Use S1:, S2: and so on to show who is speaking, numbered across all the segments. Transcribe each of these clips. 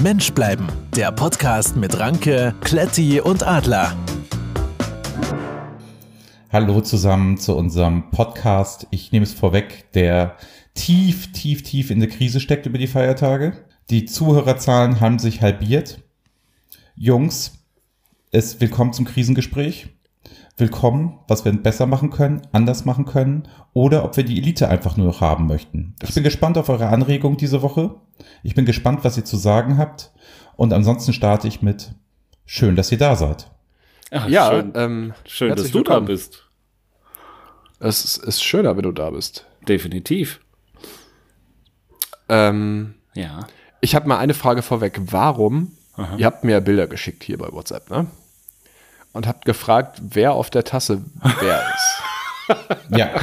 S1: Mensch bleiben. Der Podcast mit Ranke, Kletti und Adler.
S2: Hallo zusammen zu unserem Podcast. Ich nehme es vorweg, der tief, tief, tief in der Krise steckt über die Feiertage. Die Zuhörerzahlen haben sich halbiert. Jungs, es willkommen zum Krisengespräch. Willkommen, was wir besser machen können, anders machen können oder ob wir die Elite einfach nur noch haben möchten. Ich bin gespannt auf eure Anregung diese Woche. Ich bin gespannt, was ihr zu sagen habt. Und ansonsten starte ich mit Schön, dass ihr da seid.
S3: Ach,
S4: Ja,
S3: schön,
S4: ähm,
S3: schön dass
S4: herzlich
S3: du da
S4: willkommen.
S3: bist.
S4: Es ist, ist schöner, wenn du da bist.
S3: Definitiv.
S4: Ähm,
S3: Ja.
S4: ich habe mal eine Frage vorweg. Warum?
S3: Aha.
S4: Ihr habt mir ja Bilder geschickt hier bei WhatsApp, ne? Und habt gefragt, wer auf der Tasse wer ist.
S2: Ja,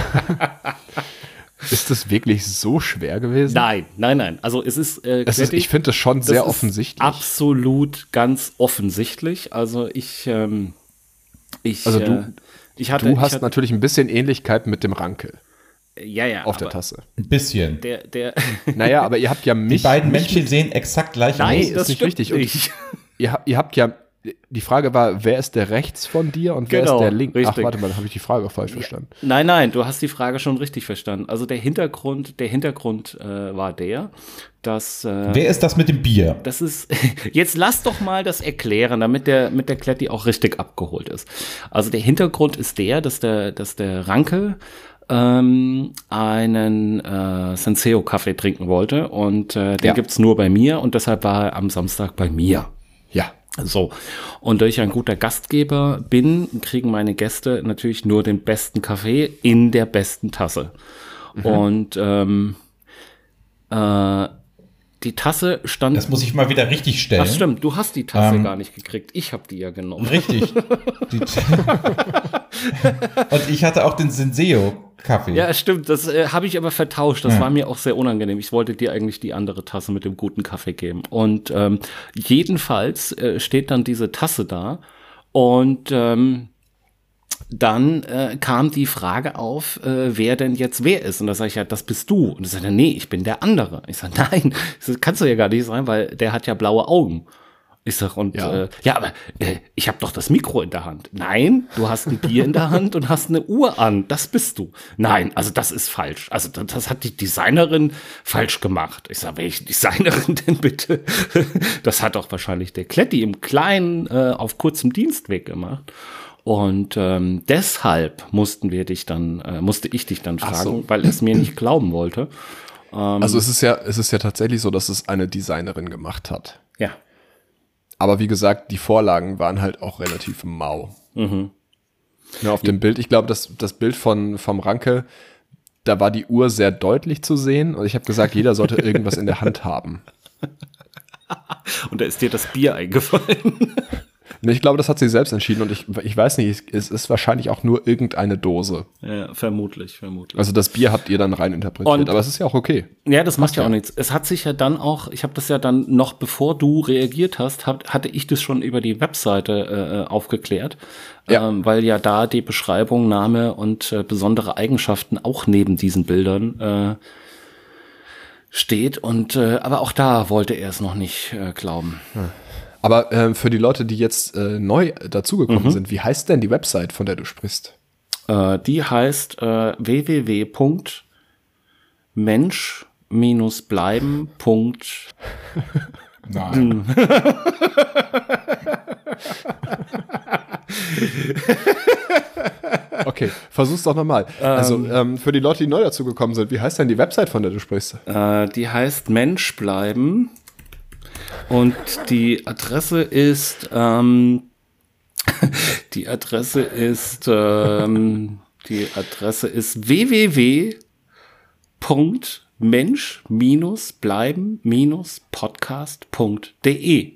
S4: Ist das wirklich so schwer gewesen?
S3: Nein, nein, nein. Also es ist, äh,
S4: Es ist,
S3: Kletti,
S4: ich finde das schon
S3: das
S4: sehr
S3: ist
S4: offensichtlich.
S3: Absolut ganz offensichtlich. Also ich, ähm, ich,
S4: Also du-
S3: äh, ich hatte,
S4: du
S3: ich
S4: hast
S3: hatte,
S4: natürlich ein bisschen Ähnlichkeit mit dem Ranke
S3: ja, ja,
S4: auf der
S3: aber
S4: Tasse.
S2: ein bisschen.
S3: Der, der,
S4: Naja, aber ihr habt ja mich.
S2: Die beiden Menschen sehen exakt gleich
S3: nein,
S2: aus.
S4: ist
S3: das
S4: nicht
S3: stimmt
S4: richtig. Und-
S3: Nicht.
S4: Ihr, ha- ihr habt ja. Die Frage war, wer ist der rechts von dir und wer
S3: Genau,
S4: ist der links? Ach,
S3: richtig.
S4: warte mal, dann habe ich die Frage falsch verstanden.
S3: Nein, nein, du hast die Frage schon richtig verstanden. Also der Hintergrund, der Hintergrund äh, war der, dass äh,
S2: Wer ist das mit dem Bier?
S3: Das ist, jetzt lass doch mal das erklären, damit der, mit der Kletti auch richtig abgeholt ist. Also der Hintergrund ist der, dass der, dass der Ranke ähm, einen äh, Senseo-Kaffee trinken wollte und äh, den
S4: Ja.
S3: gibt's nur bei mir und deshalb war er am Samstag bei mir.
S4: Ja.
S3: So, und da ich ein guter Gastgeber bin, kriegen meine Gäste natürlich nur den besten Kaffee in der besten Tasse. Und ähm, äh, die Tasse stand.
S2: Das muss ich mal wieder richtig stellen.
S3: Ach stimmt, du hast die Tasse
S2: Ähm,
S3: gar nicht gekriegt. Ich habe die ja genommen.
S2: Richtig. Die und ich hatte auch den Senseo-Kaffee.
S3: Ja, stimmt. Das äh, habe ich aber vertauscht. Das war mir auch sehr unangenehm. Ich wollte dir eigentlich die andere Tasse mit dem guten Kaffee geben. Und ähm, jedenfalls äh, steht dann diese Tasse da. Und ähm, dann äh, kam die Frage auf, äh, wer denn jetzt wer ist. Und da sage ich ja, das bist du. Und er sagt, nee, ich bin der andere. Ich sage, nein, das kannst du ja gar nicht sein, weil der hat ja blaue Augen. Ich sag, und ja,
S4: Ja.
S3: äh, ja aber äh, ich habe doch das Mikro in der Hand. Nein, du hast ein Bier in der Hand und hast eine Uhr an. Das bist du. Nein, also das ist falsch. Also das, das hat die Designerin falsch gemacht. Ich sag, welche Designerin denn bitte? Das hat doch wahrscheinlich der Kletti im Kleinen äh, auf kurzem Dienstweg gemacht. Und ähm, deshalb mussten wir dich dann, äh, musste ich dich dann fragen,
S4: so.
S3: weil er es mir nicht glauben wollte.
S4: Also es ist ja, es ist ja tatsächlich so, dass es eine Designerin gemacht hat.
S3: Ja.
S4: Aber wie gesagt, die Vorlagen waren halt auch relativ mau. Ja, auf dem Bild, ich glaube, das, das Bild von, vom Ranke, da war die Uhr sehr deutlich zu sehen und ich habe gesagt, jeder sollte irgendwas in der Hand haben.
S3: Und da ist dir das Bier eingefallen.
S4: Und ich glaube, das hat sie selbst entschieden und ich, ich weiß nicht, es ist wahrscheinlich auch nur irgendeine Dose.
S3: Ja, vermutlich, vermutlich.
S4: Also das Bier habt ihr dann rein interpretiert,
S3: Und-
S4: aber es ist ja auch okay.
S3: Ja, das macht ja auch nichts. Es hat sich ja dann auch, ich habe das ja dann noch bevor du reagiert hast, hab, hatte ich das schon über die Webseite äh, aufgeklärt,
S4: Ja.
S3: Ähm, weil ja da die Beschreibung, Name und äh, besondere Eigenschaften auch neben diesen Bildern äh, steht. Und äh, aber auch da wollte er es noch nicht äh, glauben.
S4: Aber ähm, für die Leute, die jetzt äh, neu dazugekommen sind, wie heißt denn die Website, von der du sprichst?
S3: Äh, die heißt äh, www.mensch-bleiben.
S2: Nein.
S4: Okay, versuch's doch nochmal. also ähm, für die Leute, die neu dazugekommen sind, wie heißt denn die Website, von der du sprichst?
S3: Äh, die heißt Mensch bleiben. Und die Adresse ist, ähm, die Adresse ist, ähm, die Adresse ist www.mensch-bleiben-podcast.de.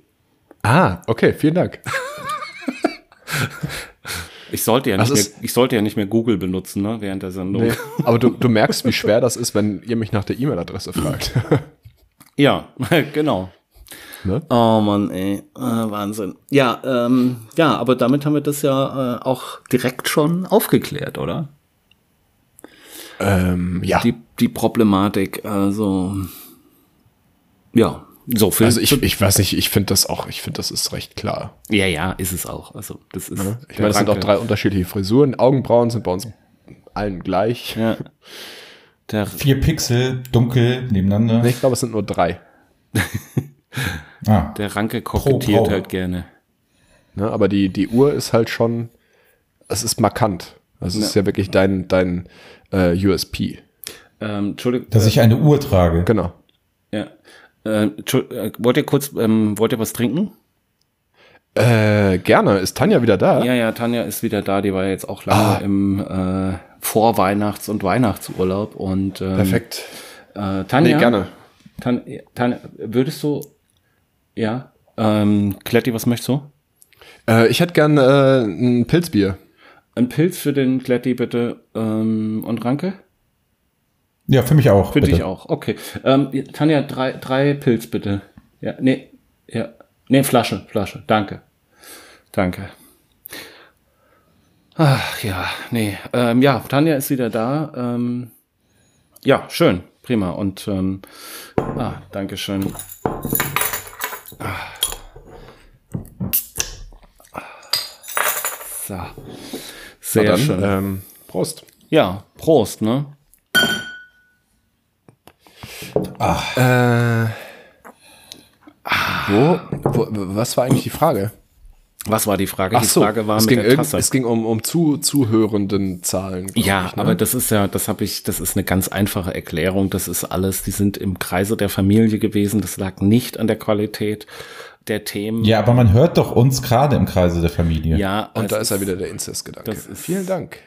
S4: Ah, okay, vielen Dank.
S3: Ich sollte ja
S4: Das
S3: nicht mehr,
S4: ist-
S3: ich sollte ja nicht mehr Google benutzen, ne, während der Sendung.
S4: Nee, aber du, du merkst, wie schwer das ist, wenn ihr mich nach der E-Mail-Adresse fragt.
S3: Ja, genau.
S4: Ne?
S3: Oh Mann, ey. Äh, Wahnsinn. Ja, ähm, ja, aber damit haben wir das ja äh, auch direkt schon aufgeklärt, oder?
S4: ähm, ja.
S3: Die, die Problematik, also. Ja, So viel.
S4: Also ich, ich weiß nicht, ich finde das auch, ich finde das ist recht klar.
S3: ja, ja, ist es auch. Also das ist.
S4: Ne? Ich meine, das sind auch
S3: Ranke-
S4: drei unterschiedliche Frisuren. Augenbrauen sind bei uns allen gleich.
S3: Ja. Der,
S2: Vier Pixel, dunkel, nebeneinander.
S4: Nee, Ich glaube, es sind nur drei.
S2: Ah,
S3: der Ranke kokettiert
S2: Braue.
S3: halt gerne.
S4: Ne? Aber die, die Uhr ist halt schon, es ist markant. Also es ist ja wirklich dein, dein äh, USP.
S3: Ähm, Entschuldigung.
S2: dass ich eine Uhr trage.
S4: Genau.
S3: ja. Ähm, Entschu- äh, wollt ihr kurz, ähm, wollt ihr was trinken?
S4: Äh, gerne. Ist Tanja wieder da?
S3: Ja, Ah. ja, Tanja ist wieder da. Die war ja jetzt auch lange im äh, Vorweihnachts- und Weihnachtsurlaub. Und, ähm,
S4: Perfekt.
S3: Äh,
S4: Nee,
S3: Tanja,
S4: gerne.
S3: Tan Tanja, würdest du, ja, ähm, Kletti, was möchtest du?
S4: Äh, ich hätte gern äh, ein Pilzbier.
S3: Ein Pilz für den Kletti bitte ähm, und Ranke?
S2: Ja, für mich auch.
S3: Für
S2: bitte.
S3: dich auch, okay. Ähm, Tanja, drei, drei Pilz bitte. Ja, nee, ja, nee, Flasche, Flasche, danke. Danke. Ach ja, nee, ähm, ja, Tanja ist wieder da. Ähm, ja, schön, prima. Und, ähm, ah, danke schön. Ah. So. Sehr
S4: Na dann,
S3: schön.
S4: Ähm, Prost.
S3: Ja, Prost, ne?
S4: Wo, wo, was war eigentlich die Frage?
S3: Was war die Frage? die
S4: so,
S3: Frage war
S4: es,
S3: mit
S4: ging
S3: der
S4: irgend-
S3: Tasse.
S4: es ging um, um zu, zuhörenden Zahlen. glaub
S3: Ja,
S4: ich, ne?
S3: aber das ist ja, das habe ich, das ist eine ganz einfache Erklärung. Das ist alles, die sind im Kreise der Familie gewesen. Das lag nicht an der Qualität der Themen.
S2: Ja, aber man hört doch uns gerade im Kreise der Familie.
S3: ja
S4: Und da
S3: es
S4: ist ja wieder der Inzestgedanke.
S3: das ist-
S4: Vielen Dank.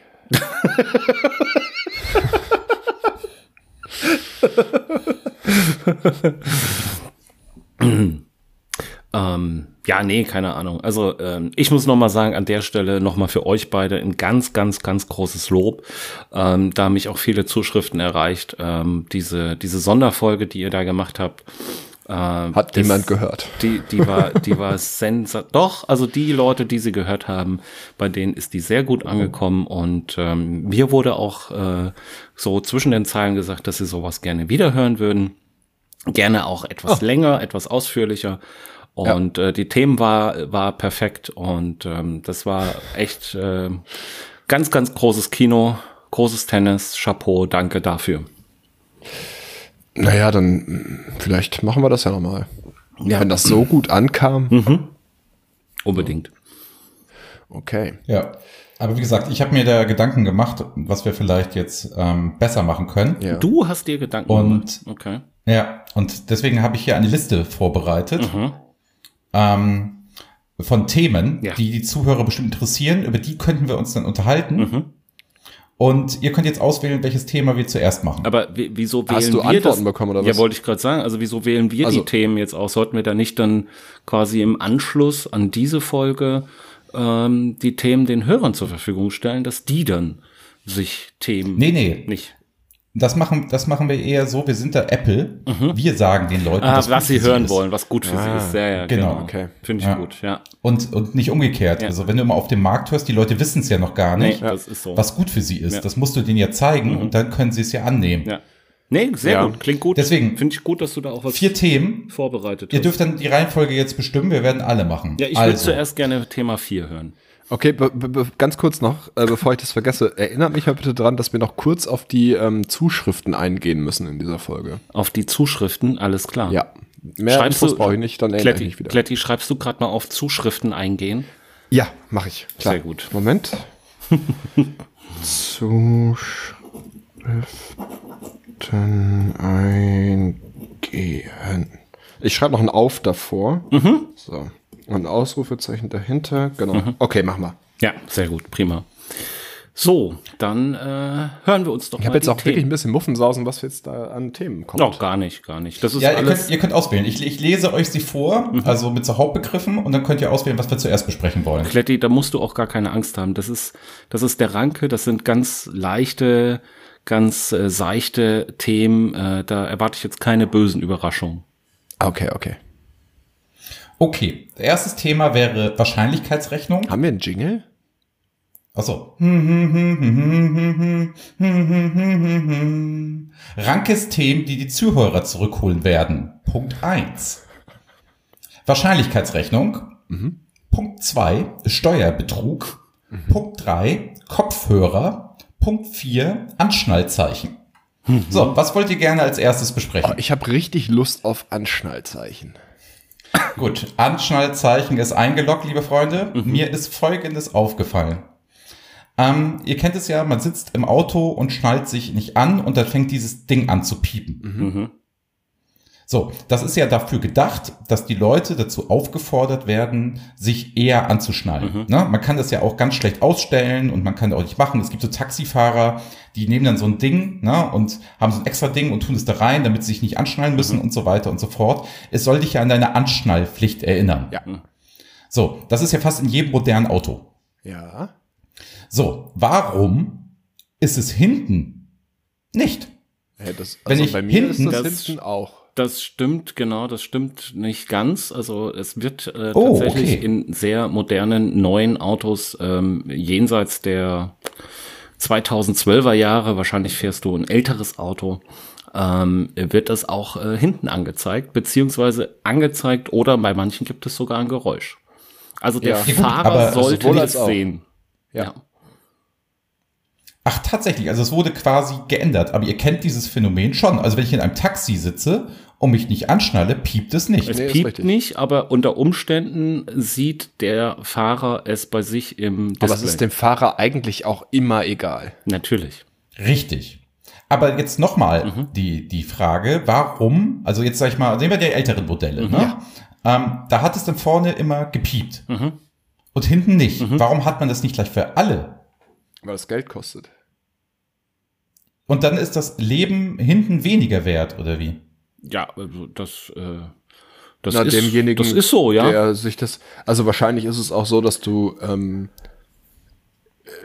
S3: Ähm, ja, nee, keine Ahnung. Also ähm, ich muss nochmal sagen, an der Stelle nochmal für euch beide ein ganz, ganz, ganz großes Lob. Ähm, da haben mich auch viele Zuschriften erreicht. Ähm, diese, diese Sonderfolge, die ihr da gemacht habt. ähm,
S4: Hat
S3: das-
S4: niemand gehört.
S3: Die, die war, die war sensor. Doch, also die Leute, die sie gehört haben, bei denen ist die sehr gut angekommen und ähm, mir wurde auch äh, so zwischen den Zeilen gesagt, dass sie sowas gerne wiederhören würden. Gerne auch etwas länger, etwas ausführlicher. Und äh, die Themen war, war perfekt und ähm, das war echt äh, ganz, ganz großes Kino, großes Tennis, Chapeau, danke dafür.
S4: Naja, dann mh, vielleicht machen wir das ja nochmal.
S3: Ja. Mhm.
S4: Wenn das so gut ankam.
S3: Unbedingt.
S4: Okay.
S2: Ja. Aber wie gesagt, ich habe mir da Gedanken gemacht, was wir vielleicht jetzt ähm, besser machen können.
S4: Ja.
S3: Du hast dir Gedanken
S2: Und-
S3: gemacht. Okay.
S2: Ja, und deswegen habe ich hier eine Liste vorbereitet
S3: Mhm.
S2: ähm, von Themen,
S3: Ja.
S2: die die Zuhörer bestimmt interessieren. Über die könnten wir uns dann unterhalten.
S3: Mhm.
S2: Und ihr könnt jetzt auswählen, welches Thema wir zuerst machen.
S3: Aber wi- wieso wählen
S4: Hast du
S3: wir
S4: Antworten
S3: das?
S4: bekommen, oder
S3: Ja,
S4: was?
S3: wollte ich gerade sagen. Also wieso wählen wir
S4: Also-
S3: die Themen jetzt aus? Sollten wir da nicht dann quasi im Anschluss an diese Folge ähm, die Themen den Hörern zur Verfügung stellen, dass die dann sich Themen
S2: nee, nee,
S3: nicht
S2: das machen, das machen wir eher so. Wir sind da Apple. Wir sagen den Leuten,
S3: ah,
S2: das
S3: was sie
S2: gut für
S3: hören
S2: ist.
S3: wollen, was gut für sie ist. Ja, ja,
S2: Genau.
S3: genau.
S4: Okay.
S3: Finde ich
S2: Ja.
S3: gut. Ja,
S2: Und, und nicht umgekehrt.
S3: Ja.
S2: Also wenn du immer auf dem Markt hörst, die Leute wissen es ja noch gar
S3: nee,
S2: nicht,
S3: das ist so.
S2: was gut für sie ist.
S3: Ja. Mhm.
S2: Das musst du denen ja zeigen und dann können sie es ja annehmen.
S3: ja. Nee, sehr
S4: Ja.
S3: gut. Klingt gut.
S2: Deswegen-
S3: finde ich gut, dass du da auch was
S2: Vier Themen.
S3: vorbereitet
S2: Ihr
S3: hast.
S2: dürft dann die Reihenfolge jetzt bestimmen. Wir werden alle machen.
S3: ja, ich will
S2: also,
S3: zuerst gerne Thema 4 hören.
S4: Okay, be be ganz kurz noch, äh, bevor ich das vergesse, erinnert mich mal bitte dran, dass wir noch kurz auf die ähm, Zuschriften eingehen müssen in dieser Folge.
S3: Auf die Zuschriften, alles klar.
S4: Ja. Mehr
S3: Ah. Schreibst
S4: Infos
S3: du-
S4: brauche ich nicht, dann erinnere ich
S3: Kletti,
S4: mich wieder.
S3: Kletti, schreibst du gerade mal auf Zuschriften eingehen?
S4: Ja, mache ich.
S3: Sehr gut.
S4: Moment. Zuschriften eingehen. Ich schreibe noch einen Auf davor.
S3: Mhm.
S4: So. Und ein Ausrufezeichen dahinter. Genau. Okay, mach mal.
S3: Ja, sehr gut, prima. So, dann äh, hören wir uns doch
S4: Ich
S3: mal
S4: habe jetzt
S3: die
S4: auch wirklich ein
S3: Themen.
S4: bisschen Muffensausen, was jetzt da an Themen kommt.
S3: Noch gar nicht, gar nicht. Das ist
S2: Ja, ihr
S3: alles. Mhm.
S2: könnt, ihr könnt auswählen. Ich, ich lese euch sie vor, also mit so Hauptbegriffen, und dann könnt ihr auswählen, was wir zuerst besprechen wollen.
S3: Kletti, da musst du auch gar keine Angst haben. Das ist, das ist der Ranke. Das sind ganz leichte, ganz äh, seichte Themen. Äh, da erwarte ich jetzt keine bösen Überraschungen.
S4: Okay, okay.
S2: Okay, erstes Thema wäre Wahrscheinlichkeitsrechnung.
S4: Haben wir einen Jingle?
S2: Achso. Rankes Themen, die die Zuhörer zurückholen werden. Punkt eins. Wahrscheinlichkeitsrechnung. Punkt 2, Steuerbetrug. Punkt 3, Kopfhörer. Punkt 4, Anschnallzeichen. So, was wollt ihr gerne als erstes besprechen?
S4: Oh, ich habe richtig Lust auf Anschnallzeichen.
S2: Gut, Anschnallzeichen ist eingeloggt, liebe Freunde. Mir ist Folgendes aufgefallen. Ähm, ihr kennt es ja, man sitzt im Auto und schnallt sich nicht an und dann fängt dieses Ding an zu piepen.
S3: Mhm.
S2: So, das ist ja dafür gedacht, dass die Leute dazu aufgefordert werden, sich eher anzuschnallen. Ne? Man kann das ja auch ganz schlecht ausstellen und man kann auch nicht machen. Es gibt so Taxifahrer, die nehmen dann so ein Ding ne? und haben so ein extra Ding und tun es da rein, damit sie sich nicht anschnallen müssen und so weiter und so fort. Es soll dich ja an deine Anschnallpflicht erinnern. Mhm.
S4: Ja.
S2: So, das ist ja fast in jedem modernen Auto.
S4: Ja.
S2: So, warum ist es hinten nicht?
S4: Hä, das,
S2: Wenn
S4: also
S2: ich
S4: bei mir
S2: hinten
S4: ist das,
S3: das-
S4: hinten auch.
S3: Das stimmt, genau, das stimmt nicht ganz. Also es wird äh,
S2: Oh,
S3: tatsächlich
S2: okay.
S3: in sehr modernen, neuen Autos ähm, jenseits der 2012er Jahre, wahrscheinlich fährst du ein älteres Auto, ähm, wird das auch äh, hinten angezeigt, beziehungsweise angezeigt oder bei manchen gibt es sogar ein Geräusch. Also der
S4: Ja. Ja,
S2: gut, aber
S3: Fahrer sollte
S4: sowohl
S3: nicht
S4: als auch.
S3: sehen.
S4: Ja.
S2: Ach, tatsächlich, also es wurde quasi geändert, aber ihr kennt dieses Phänomen schon. Also wenn ich in einem Taxi sitze und mich nicht anschnalle, piept es nicht.
S3: Es
S4: Nee, ist
S3: piept
S4: richtig.
S3: nicht, aber unter Umständen sieht der Fahrer es bei sich im Display.
S4: Aber es ist dem Fahrer eigentlich auch immer egal.
S3: Natürlich.
S2: Richtig. Aber jetzt nochmal
S4: Mhm.
S2: die, die Frage, warum, also jetzt sag ich mal, nehmen wir die älteren Modelle,
S4: Mhm.
S2: ne? ähm, da hat es dann vorne immer gepiept
S3: Mhm.
S2: und hinten nicht.
S4: Mhm.
S2: Warum hat man das nicht gleich für alle
S4: Weil es Geld kostet.
S2: Und dann ist das Leben hinten weniger wert, oder wie?
S3: Ja, also das, äh, das,
S4: Na,
S3: ist,
S4: demjenigen,
S3: das ist so, ja.
S4: der sich das, also wahrscheinlich ist es auch so, dass du ähm,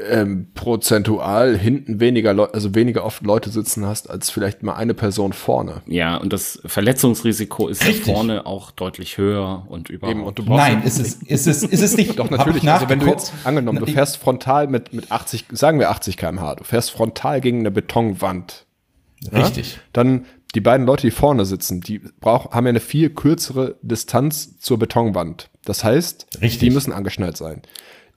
S4: ähm, prozentual hinten weniger Leute, also weniger oft Leute sitzen hast, als vielleicht mal eine Person vorne.
S3: Ja, und das Verletzungsrisiko ist ja
S2: Richtig.
S3: vorne auch deutlich höher und überhaupt.
S4: Eben, und du brauchst
S2: Nein, ist es, ist es, ist es nicht.
S4: Doch,
S2: Hab ich
S4: natürlich. Also wenn du
S2: nachgeguckt.
S4: jetzt, angenommen, du
S2: Na,
S4: fährst frontal mit, mit 80, sagen wir 80 km/h, du fährst frontal gegen eine Betonwand. ne?
S2: Richtig.
S4: Dann die beiden Leute, die vorne sitzen, die brauch, haben ja eine viel kürzere Distanz zur Betonwand. Das heißt,
S2: Richtig.
S4: die müssen angeschnallt sein.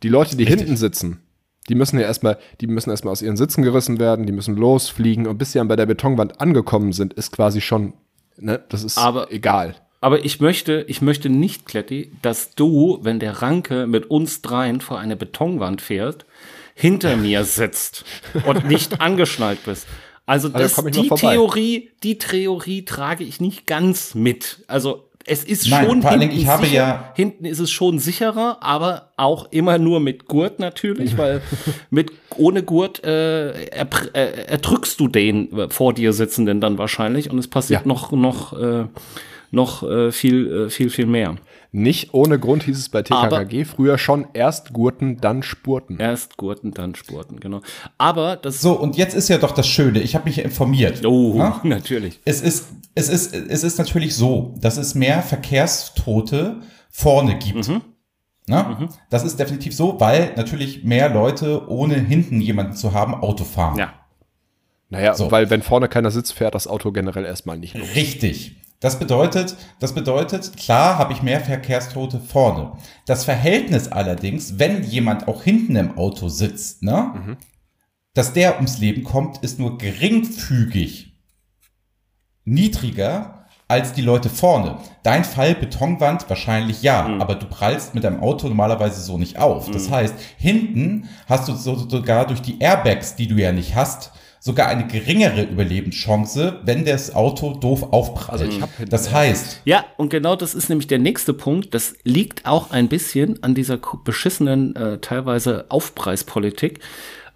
S4: Die Leute, die hinten sitzen, die müssen ja erstmal, die müssen erstmal aus ihren Sitzen gerissen werden, die müssen losfliegen und bis sie dann bei der Betonwand angekommen sind, ist quasi schon, ne, das ist
S3: Aber-
S4: egal.
S3: Aber ich möchte, ich möchte nicht, Kletti, dass du, wenn der Ranke mit uns dreien vor eine Betonwand fährt, hinter mir sitzt und nicht angeschnallt bist. Also
S4: dann
S3: das,
S4: komm ich noch
S3: die
S4: vorbei.
S3: Theorie, die Theorie trage ich nicht ganz mit. Also es ist
S2: Nein,
S3: schon
S2: vor allen Dingen, ich habe ja-
S3: hinten ist es schon sicherer, aber auch immer nur mit Gurt natürlich, weil mit ohne Gurt äh, erpr- äh, erdrückst du den äh, vor dir sitzenden dann wahrscheinlich und es passiert
S4: Ja.
S3: noch noch äh, noch äh, viel äh, viel viel mehr.
S4: Nicht ohne Grund hieß es bei TKKG früher schon erst Gurten, dann Spurten.
S3: Erst Gurten, dann Spurten, genau. Aber das
S2: So, und jetzt ist ja doch das Schöne. Ich habe mich ja informiert.
S3: oh
S2: Ja?
S3: natürlich.
S2: Es ist, es ist, es ist natürlich so, dass es mehr Verkehrstote vorne gibt. Ne? Das ist definitiv so, weil natürlich mehr Leute, ohne hinten jemanden zu haben, Auto fahren.
S3: Ja.
S4: Naja,
S2: So.
S4: weil wenn vorne keiner sitzt, fährt das Auto generell erstmal nicht los.
S2: Richtig. Das bedeutet, das bedeutet, klar habe ich mehr Verkehrstote vorne. Das Verhältnis allerdings, wenn jemand auch hinten im Auto sitzt, ne, dass der ums Leben kommt, ist nur geringfügig niedriger als die Leute vorne. Dein Fall Betonwand wahrscheinlich ja, aber du prallst mit deinem Auto normalerweise so nicht auf. Das heißt, hinten hast du so, sogar durch die Airbags, die du ja nicht hast, sogar eine geringere Überlebenschance, wenn das Auto doof aufprallt. das heißt,
S3: Ja, und genau das ist nämlich der nächste Punkt. Das liegt auch ein bisschen an dieser ko- beschissenen, äh, teilweise Aufpreispolitik.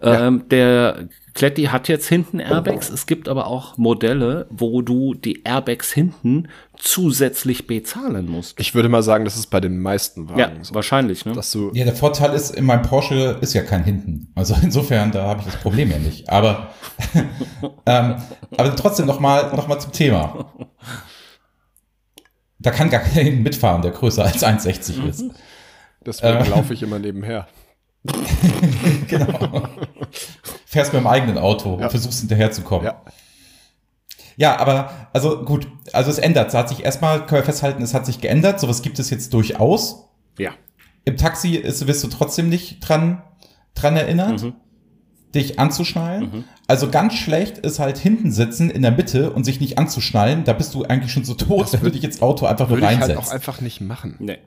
S3: Ähm, der Kletti hat jetzt hinten Airbags. Es gibt aber auch Modelle, wo du die Airbags hinten zusätzlich bezahlen musst.
S4: Ich würde mal sagen, das ist bei den meisten Wagen
S3: ja,
S4: so.
S3: wahrscheinlich. Ne?
S4: Dass du,
S2: ja, der Vorteil ist, in meinem Porsche ist ja kein hinten. Also insofern, da habe ich das Problem ja nicht. Aber, ähm, aber trotzdem nochmal noch mal zum Thema. Da kann gar keiner hinten mitfahren, der größer als 1,60 ist. Äh.
S4: deswegen laufe ich immer nebenher.
S2: Fährst mit dem eigenen Auto und versuchst hinterherzukommen.
S4: Ja.
S2: Ja, aber also gut, also es ändert. Es hat sich erstmal, können wir festhalten, es hat sich geändert. Sowas gibt es jetzt durchaus.
S3: Ja.
S2: Im Taxi ist, wirst du trotzdem nicht dran, dran erinnert,
S3: Mhm.
S2: dich anzuschnallen.
S4: Mhm.
S2: Also ganz schlecht ist halt hinten sitzen in der Mitte und sich nicht anzuschnallen. Da bist du eigentlich schon so tot, wenn du dich ins Auto einfach nur
S4: Würde ich halt auch
S2: reinsetzt.
S4: einfach nicht machen.
S3: Nee.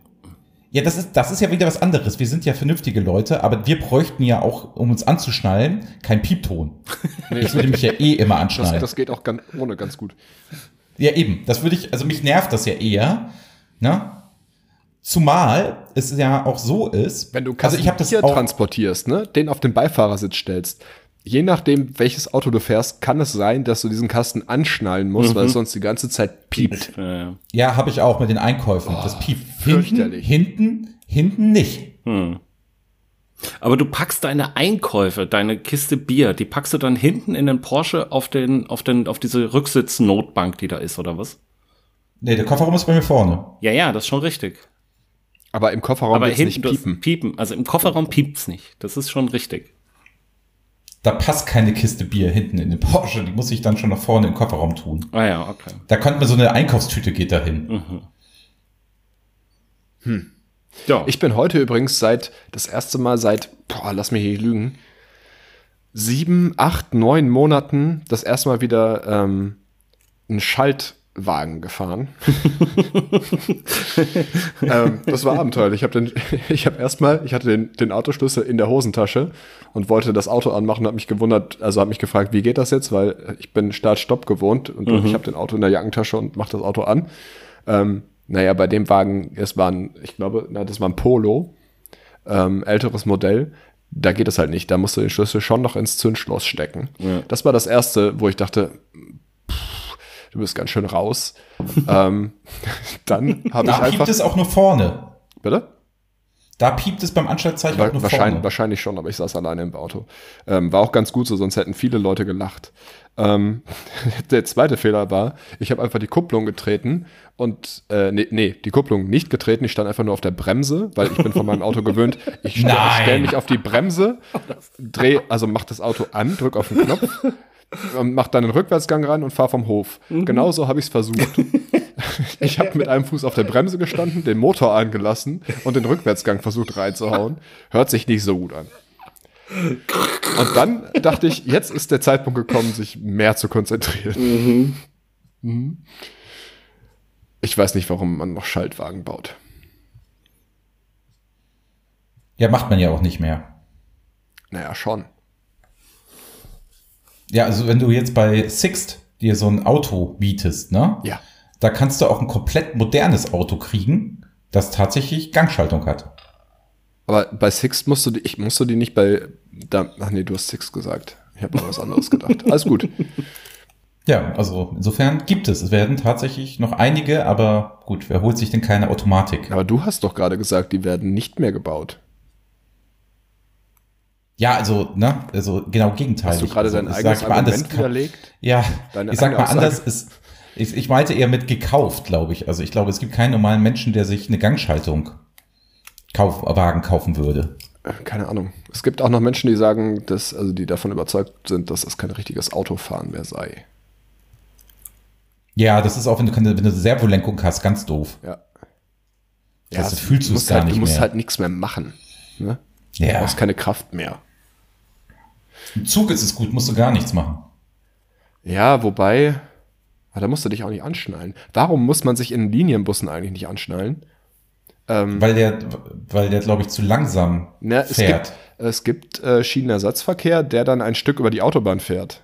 S2: ja, das ist, das ist ja wieder was anderes. Wir sind ja vernünftige Leute, aber wir bräuchten ja auch, um uns anzuschnallen, kein Piepton.
S4: Nee,
S2: Ich würde mich ja eh immer
S4: das,
S2: anschnallen.
S4: das geht auch ganz, ohne ganz gut.
S2: Ja, eben. Das würde ich, also mich nervt das ja eher. Ne? Zumal es ja auch so ist.
S4: Wenn du
S2: also ich habe das
S4: Bier
S2: auch,
S4: transportierst, ne, den auf den Beifahrersitz stellst, je nachdem, welches Auto du fährst, kann es sein, dass du diesen Kasten anschnallen musst, weil es sonst die ganze Zeit piept.
S3: Äh,
S2: ja, habe ich auch mit den Einkäufen. das piept hinten,
S4: Oh, fürchterlich.
S2: hinten, hinten nicht.
S3: Aber du packst deine Einkäufe, deine Kiste Bier, die packst du dann hinten in den Porsche auf den, auf den, auf diese Rücksitznotbank, die da ist, oder was?
S2: Nee, der Kofferraum ist bei mir vorne.
S3: Ja, ja, das ist schon richtig.
S4: Aber im Kofferraum
S3: Aber
S4: wird es
S3: hinten
S4: nicht
S3: nicht
S4: piepen.
S3: piepen. Also im Kofferraum piept's nicht. Das ist schon richtig.
S2: Da passt keine Kiste Bier hinten in den Porsche. Die muss ich dann schon nach vorne im Kofferraum tun.
S3: Ah ja, okay.
S2: Da könnte man so eine Einkaufstüte geht dahin.
S4: Mhm.
S3: Ja.
S4: Ich bin heute übrigens seit, das erste Mal seit, boah, lass mich hier lügen, sieben, acht, neun Monaten das erste Mal wieder ähm, einen Schaltwagen gefahren. ähm, das war abenteuerlich. Ich habe den, ich habe erstmal, ich hatte den, den Autoschlüssel in der Hosentasche und wollte das Auto anmachen und habe mich gewundert, also habe mich gefragt, wie geht das jetzt, weil ich bin Start-Stopp gewohnt und ich habe den Auto in der Jackentasche und mache das Auto an. Ähm, naja, bei dem Wagen, das war ein, ich glaube, na, das war ein Polo, ähm, älteres Modell. Da geht das halt nicht. Da musst du den Schlüssel schon noch ins Zündschloss stecken. Das war das erste, wo ich dachte, pff, du bist ganz schön raus. ähm, dann habe ich
S2: Da piept
S4: einfach.
S2: es auch nur vorne.
S4: Bitte?
S2: Da piept es beim Anschaltzeichen auch
S4: Wa
S2: nur
S4: wahrscheinlich,
S2: vorne.
S4: wahrscheinlich schon, aber ich saß alleine im Auto. Ähm, war auch ganz gut so, sonst hätten viele Leute gelacht. Ähm, der zweite Fehler war, ich habe einfach die Kupplung getreten und äh, nee, nee, die Kupplung nicht getreten, ich stand einfach nur auf der Bremse, weil ich bin von meinem Auto gewöhnt. Ich stelle
S2: Nein.
S4: stell mich auf die Bremse, dreh, also mach das Auto an, drück auf den Knopf, und mach dann einen Rückwärtsgang rein und fahr vom Hof. Genauso habe ich es versucht. Ich habe mit einem Fuß auf der Bremse gestanden, den Motor angelassen und den Rückwärtsgang versucht reinzuhauen. Hört sich nicht so gut an. Und dann dachte ich, jetzt ist der Zeitpunkt gekommen, sich mehr zu konzentrieren. Mhm. Ich weiß nicht, warum man noch Schaltwagen baut.
S2: Ja, macht man ja auch nicht mehr.
S4: Naja, schon.
S2: Ja, also wenn du jetzt bei Sixt dir so ein Auto bietest, ne?
S4: Ja.
S2: Da kannst du auch ein komplett modernes Auto kriegen, das tatsächlich Gangschaltung hat.
S4: Aber bei Six musst du die, ich musst du die nicht bei. Da, ach nee, du hast Six gesagt. Ich habe an was anderes gedacht. Alles gut.
S2: Ja, also insofern gibt es. Es werden tatsächlich noch einige, aber gut, wer holt sich denn keine Automatik?
S4: Aber du hast doch gerade gesagt, die werden nicht mehr gebaut.
S2: Ja, also, ne, also genau Gegenteil.
S4: Hast du gerade
S2: also,
S4: dein
S2: ich
S4: eigenes
S2: sag mal anders,
S4: Argument widerlegt?
S2: Ja,
S4: Deine
S2: ich sag mal
S4: eigene Aussage.
S2: anders, ist, ich, ich meinte eher mit gekauft, glaube ich. Also ich glaube, es gibt keinen normalen Menschen, der sich eine Gangschaltung kauf, Wagen kaufen würde.
S4: Keine Ahnung. Es gibt auch noch Menschen, die sagen, dass, also die davon überzeugt sind, dass das kein richtiges Autofahren mehr sei.
S2: Ja, das ist auch, wenn du, keine- wenn du eine Servolenkung hast, ganz doof.
S4: Ja.
S2: Das fühlst du es
S4: musst
S2: gar
S4: halt,
S2: nicht
S4: Du musst
S2: mehr.
S4: halt nichts mehr machen. Ne? Du
S2: Ja,
S4: hast keine Kraft mehr.
S2: im Zug ist es gut, musst du gar nichts machen.
S4: Ja, wobei, ah, da musst du dich auch nicht anschnallen. Warum muss man sich in Linienbussen eigentlich nicht anschnallen?
S2: Weil der, weil der glaube ich, zu langsam
S4: Ne, Ähm. es
S2: fährt.
S4: gibt, es gibt äh, Schienenersatzverkehr, der dann ein Stück über die Autobahn fährt.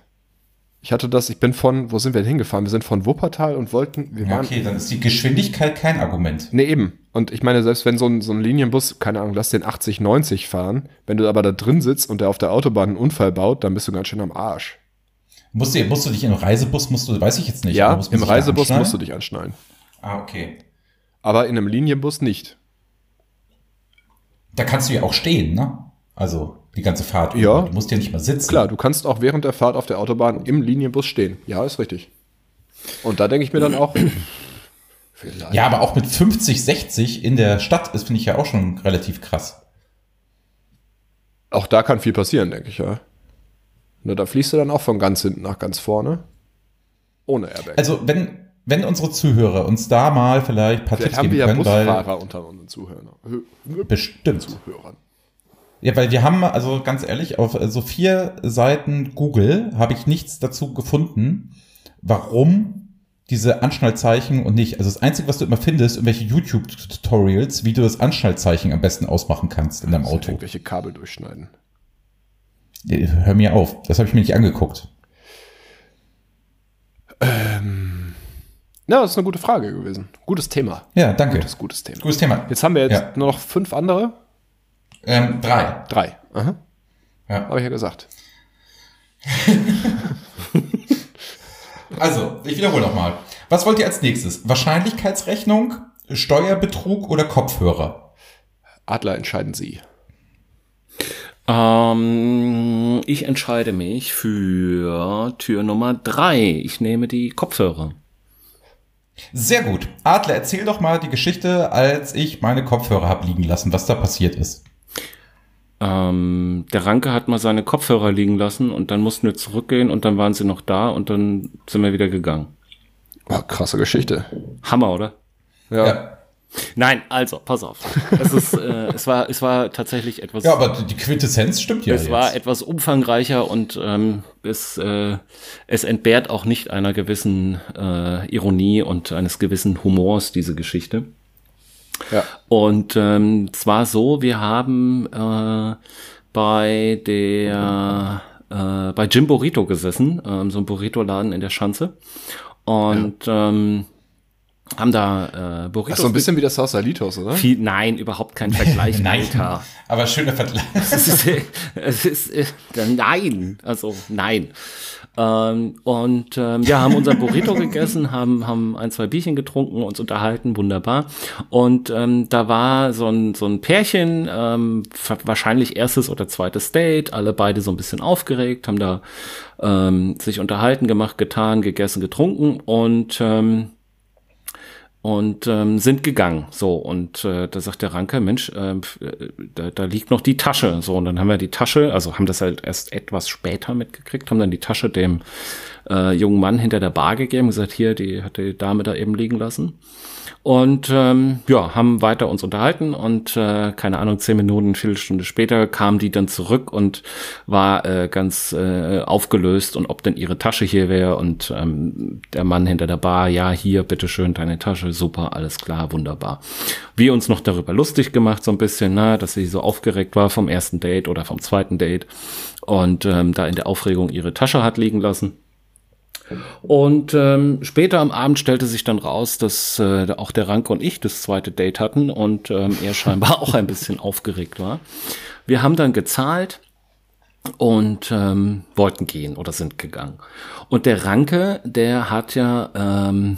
S4: Ich hatte das, ich bin von, wo sind wir denn hingefahren? Wir sind von Wuppertal und wollten, wir
S2: Ja,
S4: waren
S2: okay, dann ist die Geschwindigkeit kein Argument.
S4: Nee, eben. Und ich meine, selbst wenn so ein, so ein Linienbus, keine Ahnung, lass den 80, 90 fahren, wenn du aber da drin sitzt und der auf der Autobahn einen Unfall baut, dann bist du ganz schön am Arsch.
S2: Musst du, musst du dich in einem Reisebus, musst du, weiß ich jetzt nicht.
S4: ja,
S2: aber muss man
S4: im
S2: sich da
S4: Reisebus
S2: anschnallen?
S4: musst du dich anschnallen.
S2: Ah, okay.
S4: Aber in einem Linienbus nicht.
S2: Da kannst du ja auch stehen, ne? Also die ganze Fahrt.
S4: Ja.
S2: über. Du musst ja nicht mal sitzen.
S4: Klar, du kannst auch während der Fahrt auf der Autobahn im Linienbus stehen. Ja, ist richtig. Und da denke ich mir dann auch, vielleicht.
S2: Ja, aber auch mit 50, 60 in der Stadt, das finde ich ja auch schon relativ krass.
S4: Auch da kann Ne, viel passieren, denke ich, ja. Na, da fließt du dann auch von ganz hinten nach ganz vorne. Ohne Airbag.
S2: Also wenn, wenn unsere Zuhörer uns da mal vielleicht ein paar
S4: Vielleicht
S2: Tipps
S4: haben
S2: geben
S4: wir ja
S2: können, weil
S4: Busfahrer unter unseren Zuhörern. Hö-
S2: bestimmt.
S4: Zuhörern.
S2: Ja, weil wir haben, also ganz ehrlich, auf äh, so vier Seiten Google habe ich nichts dazu gefunden, warum diese Anschnallzeichen und nicht. Also das Einzige, was du immer findest, irgendwelche YouTube-Tutorials, wie du das Anschnallzeichen am besten ausmachen kannst in deinem
S4: Also
S2: Auto.
S4: Irgendwelche Kabel durchschneiden.
S2: Ja, Hör mir auf, das habe ich mir nicht angeguckt.
S4: Ja, das ist eine gute Frage gewesen. Gutes Thema.
S2: Ja, danke.
S4: Gutes, gutes Thema.
S2: Gutes Thema.
S4: Jetzt haben wir jetzt
S2: Ja.
S4: nur noch fünf andere.
S2: Ähm, drei.
S4: Drei. Aha.
S2: Ja.
S4: Habe ich ja gesagt.
S2: Also, ich wiederhole nochmal. Was wollt ihr als nächstes? Wahrscheinlichkeitsrechnung, Steuerbetrug oder Kopfhörer?
S4: Adler entscheiden Sie.
S3: Ähm, ich entscheide mich für Tür Nummer drei. Ich nehme die Kopfhörer.
S2: Sehr gut. Adler, erzähl doch mal die Geschichte, als ich meine Kopfhörer hab liegen lassen, was da passiert ist.
S3: Ähm, der Ranke hat mal seine Kopfhörer liegen lassen und dann mussten wir zurückgehen und dann waren sie noch da und dann sind wir wieder gegangen.
S4: Oh, krasse Geschichte.
S3: Hammer, oder?
S4: Ja.
S3: Nein, also, pass auf. Es, ist, äh, es, war, es war tatsächlich etwas.
S2: Ja, aber die Quintessenz stimmt ja
S3: es
S2: jetzt.
S3: war etwas umfangreicher und ähm, es, äh, es entbehrt auch nicht einer gewissen äh, Ironie und eines gewissen Humors, diese Geschichte.
S4: ja.
S3: Und ähm, zwar so, wir haben äh, bei der äh, bei Jim Burrito gesessen, ähm, so ein Burrito-Laden in der Schanze. Und ähm, haben da äh,
S4: Das
S3: Burritos.
S4: ist so ein bisschen wie das Sausalitos, oder?
S3: viel, nein, überhaupt kein Vergleich.
S2: Nein,
S3: Alter.
S2: aber schöner Vergleich.
S3: es ist, äh, es ist äh, nein, also nein. Ähm, und ähm, ja, haben unseren Burrito gegessen, haben, haben ein, zwei Bierchen getrunken, uns unterhalten, wunderbar. Und ähm, da war so ein, so ein Pärchen, ähm, ver- wahrscheinlich erstes oder zweites Date, alle beide so ein bisschen aufgeregt, haben da ähm, sich unterhalten, gemacht, getan, gegessen, getrunken und ähm, und ähm, sind gegangen. So, und äh, da sagt der Ranke, Mensch, ähm, pf, äh, da, da liegt noch die Tasche. So, und dann haben wir die Tasche, also haben das halt erst etwas später mitgekriegt, haben dann die Tasche dem äh, jungen Mann hinter der Bar gegeben, gesagt, hier, die hat die Dame da eben liegen lassen. Und ähm, ja, haben weiter uns unterhalten und äh, keine Ahnung, zehn Minuten, eine Viertelstunde später kam die dann zurück und war äh, ganz äh, aufgelöst und ob denn ihre Tasche hier wäre und ähm, der Mann hinter der Bar, ja, hier, bitteschön, deine Tasche, super, alles klar, wunderbar. Wir uns noch darüber lustig gemacht, so ein bisschen, na, dass sie so aufgeregt war vom ersten Date oder vom zweiten Date und ähm, da in der Aufregung ihre Tasche hat liegen lassen. Und ähm, später am Abend stellte sich dann raus, dass äh, auch der Ranke und ich das zweite Date hatten und ähm, er scheinbar auch ein bisschen aufgeregt war. Wir haben dann gezahlt und ähm, wollten gehen oder sind gegangen. Und der Ranke, der hat ja ähm,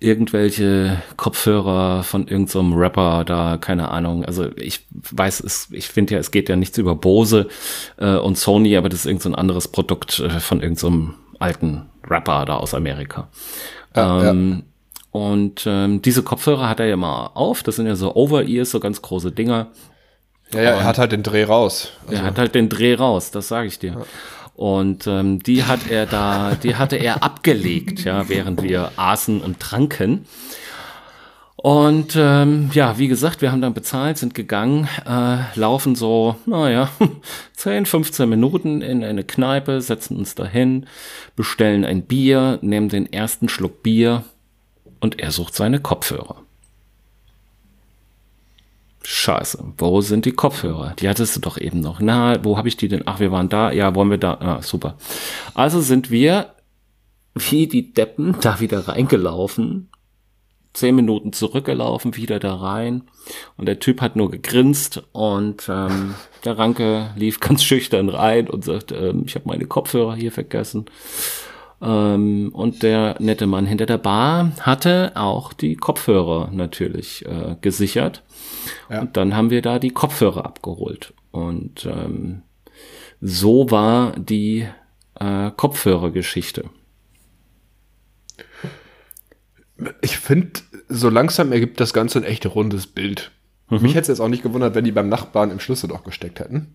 S3: irgendwelche Kopfhörer von irgendeinem Rapper da, keine Ahnung. Also ich weiß, es, ich finde ja, es geht ja nichts über Bose äh, und Sony, aber das ist irgendein so ein anderes Produkt äh, von irgendeinem alten Rapper da aus Amerika.
S4: Ja, ja.
S3: Ähm, Und ähm, diese Kopfhörer hat er ja mal auf. Das sind ja so Over-Ears, so ganz große Dinger.
S4: ja, ja, er hat halt den Dreh raus.
S3: Er hat halt den Dreh raus, das sage ich dir. Und ähm, die hat er da, die hatte er abgelegt, ja, während wir aßen und tranken. Und ähm, ja, wie gesagt, wir haben dann bezahlt, sind gegangen, äh, laufen so, naja, 10, 15 Minuten in eine Kneipe, setzen uns dahin, bestellen ein Bier, nehmen den ersten Schluck Bier und er sucht seine Kopfhörer. Scheiße, wo sind die Kopfhörer? Die hattest du doch eben noch. Na, wo habe ich die denn? Ach, wir waren da. Ja, wollen wir da? Ah, super. Also sind wir wie die Deppen da wieder reingelaufen. Zehn Minuten zurückgelaufen, wieder da rein. Und der Typ hat nur gegrinst und ähm, der Ranke lief ganz schüchtern rein und sagt, ähm, ich habe meine Kopfhörer hier vergessen. Ähm, und der nette Mann hinter der Bar hatte auch die Kopfhörer natürlich äh, gesichert. Und dann haben wir da die Kopfhörer abgeholt. Und ähm, so war die äh, Kopfhörergeschichte.
S4: Ich finde, so langsam ergibt das Ganze ein echt rundes Bild. Mich hätte es jetzt auch nicht gewundert, wenn die beim Nachbarn im Schlüsselloch gesteckt hätten.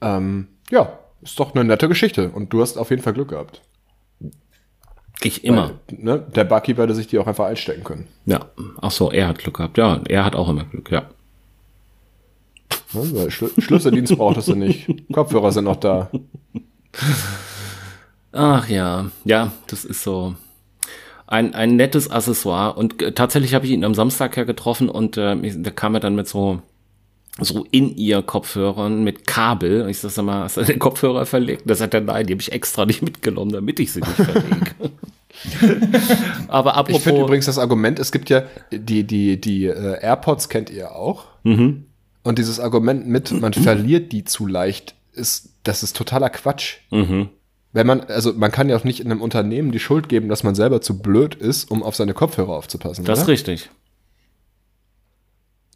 S4: Ähm, ja, ist doch eine nette Geschichte und du hast auf jeden Fall Glück gehabt.
S3: Ich immer.
S4: Weil, ne, der Bucky hätte sich die auch einfach einstecken können.
S3: Ja. Ach so, er hat Glück gehabt. Ja, er hat auch immer Glück, ja.
S4: Ne? Weil Schl Schlüsseldienst brauchtest du nicht. Kopfhörer sind noch da.
S3: Ach ja, ja, das ist so ein, ein nettes Accessoire. Und äh, tatsächlich habe ich ihn am Samstag ja getroffen und äh, ich- da kam er dann mit so, so in ihr Kopfhörern mit Kabel. Und ich sag sag mal, hast du den Kopfhörer verlegt? Das hat er, nein, die habe ich extra nicht mitgenommen, damit ich sie nicht verlege. Aber apropos.
S4: Ich finde übrigens das Argument, es gibt ja die, die, die äh, AirPods kennt ihr auch.
S3: Mhm.
S4: Und dieses Argument mit, man verliert die zu leicht, ist, das ist totaler Quatsch.
S3: Mhm.
S4: Wenn man, also man kann ja auch nicht in einem Unternehmen die Schuld geben, dass man selber zu blöd ist, um auf seine Kopfhörer aufzupassen.
S3: das ist
S4: oder? Also
S3: richtig.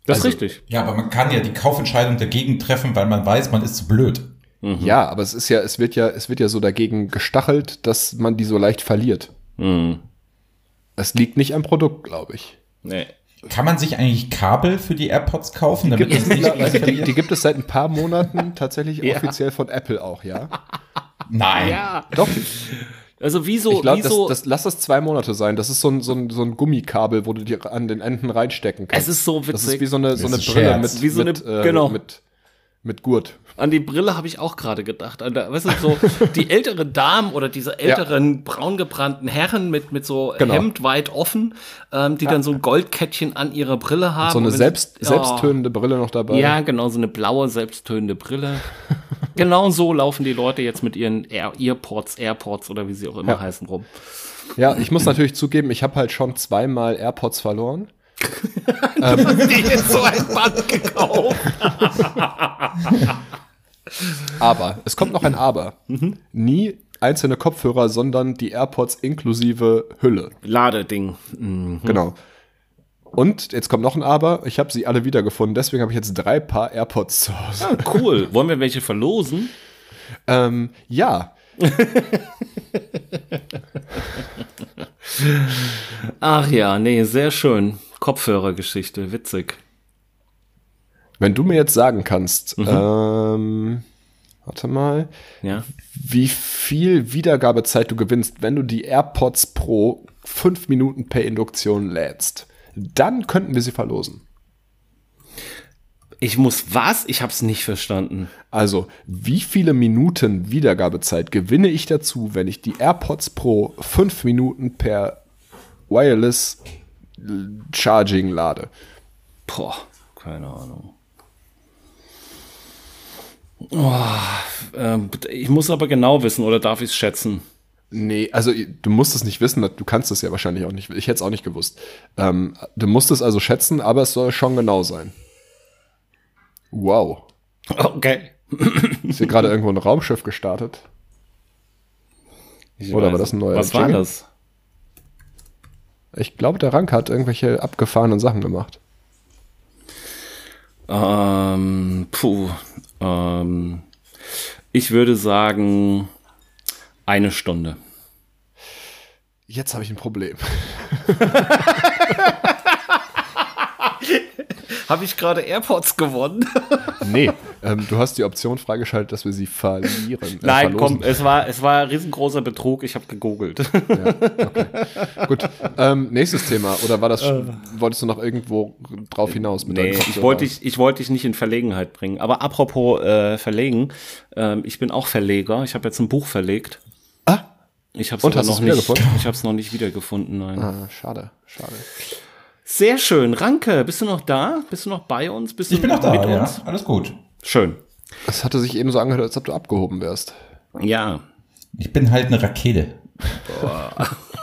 S3: Das ist richtig.
S2: Ja, aber man kann ja die Kaufentscheidung dagegen treffen, weil man weiß, man ist zu blöd.
S3: Mhm.
S4: Ja, aber es ist ja, es wird ja, es wird ja so dagegen gestachelt, dass man die so leicht verliert.
S3: Mhm.
S4: Es liegt nicht am Produkt, glaube ich.
S3: Nee.
S2: Kann man sich eigentlich Kabel für die AirPods kaufen, damit
S4: Gibt
S2: das
S4: es
S2: nicht gleich
S4: mittlerweile- die,
S2: verliert?
S4: die gibt es seit ein paar Monaten tatsächlich
S3: Ja.
S4: offiziell von Apple auch, ja.
S2: Nein.
S3: Ja.
S4: Doch,
S3: Also wieso,
S4: ich glaube, das,
S3: wieso.
S4: das, lass das zwei Monate sein. Das ist so ein, so ein, so ein Gummikabel, wo du dir an den Enden reinstecken kannst.
S3: Es ist so
S4: Das
S3: witzig.
S4: ist wie so eine, so
S2: Das
S4: eine
S2: ist ein
S4: Brille
S2: Scherz.
S4: mit,
S3: Wie so eine-
S4: mit, äh,
S3: genau.
S4: mit, mit Gurt.
S3: An die Brille habe ich auch gerade gedacht. An der, weißt du, so die älteren Damen oder diese älteren braungebrannten Herren mit, mit so
S4: Genau.
S3: Hemd weit offen, ähm, die dann so ein Goldkettchen an ihrer Brille haben.
S4: So eine
S3: Und wenn
S4: selbst,
S3: sie-
S4: selbsttönende Brille noch dabei.
S3: oh. Ja, genau, so eine blaue, selbsttönende Brille. genau so laufen die Leute jetzt mit ihren Air Earpods, Airpods oder wie sie auch immer
S4: Ja.
S3: heißen rum.
S4: ja, ich muss natürlich zugeben, ich habe halt schon zweimal AirPods verloren.
S3: Die jetzt so ein Band gekauft.
S4: Aber, es kommt noch ein Aber.
S3: Mhm.
S4: Nie einzelne Kopfhörer, sondern die AirPods inklusive Hülle.
S3: Ladeding. Mhm.
S4: Genau. Und jetzt kommt noch ein Aber. Ich habe sie alle wiedergefunden. Deswegen habe ich jetzt drei Paar AirPods zu Hause.
S3: Cool. Wollen wir welche verlosen?
S4: Ähm, ja,
S3: Ach ja, nee, sehr schön. Kopfhörergeschichte, witzig.
S4: wenn du mir jetzt sagen kannst, ähm, warte mal,
S3: Ja.
S4: wie viel Wiedergabezeit du gewinnst, wenn du die AirPods Pro fünf Minuten per Induktion lädst, dann könnten wir sie verlosen.
S3: Ich muss was? Ich hab's nicht verstanden.
S4: Also, wie viele Minuten Wiedergabezeit gewinne ich dazu, wenn ich die AirPods Pro fünf Minuten per Wireless Charging lade?
S3: Boah, keine Ahnung. Oh, ähm, ich muss aber genau wissen, oder darf ich es schätzen?
S4: Nee, also i- du musst es nicht wissen, du kannst es ja wahrscheinlich auch nicht. Ich hätte es auch nicht gewusst. Ähm, du musst es also schätzen, aber es soll schon genau sein. Wow.
S3: Okay.
S4: Ist hier gerade irgendwo ein Raumschiff gestartet?
S3: Ich
S4: Oder
S3: weiß
S4: war das ein
S3: es.
S4: neuer
S3: Was war
S4: Jingle?
S3: das?
S4: Ich glaube, der Rank hat irgendwelche abgefahrenen Sachen gemacht.
S3: Ähm, puh. Ähm, ich würde sagen, eine Stunde.
S4: Jetzt habe ich ein Problem.
S3: Habe ich gerade AirPods gewonnen?
S4: Nee, ähm, du hast die Option freigeschaltet, dass wir sie verlieren. äh,
S3: Nein,
S4: verlosen.
S3: komm, es war, es war ein riesengroßer Betrug. Ich habe gegoogelt.
S4: Gut, ähm, nächstes Thema. Oder war das, wolltest du noch irgendwo drauf hinaus? Mit
S3: Äh. Nee,
S4: deinen
S3: ich
S4: Kopfhörern?
S3: wollte dich, ich wollte dich nicht in Verlegenheit bringen. Aber apropos äh, verlegen, ähm, ich bin auch Verleger. Ich habe jetzt ein Buch verlegt.
S4: Ah.
S3: Ich habe
S4: Und
S3: es
S4: hast
S3: noch
S4: du's
S3: nicht.
S4: wiedergefunden?
S3: Ich habe es noch nicht wiedergefunden. Nein.
S4: Ah, schade, schade.
S3: Sehr schön, Ranke. Bist du noch da? Bist du noch bei uns? Bist du
S2: Ich bin auch da,
S3: mit
S2: ja.
S3: uns?
S2: Alles gut.
S3: Schön.
S4: Es hatte sich eben so angehört, als ob du abgehoben wärst.
S3: Ja.
S2: Ich bin halt eine Rakete.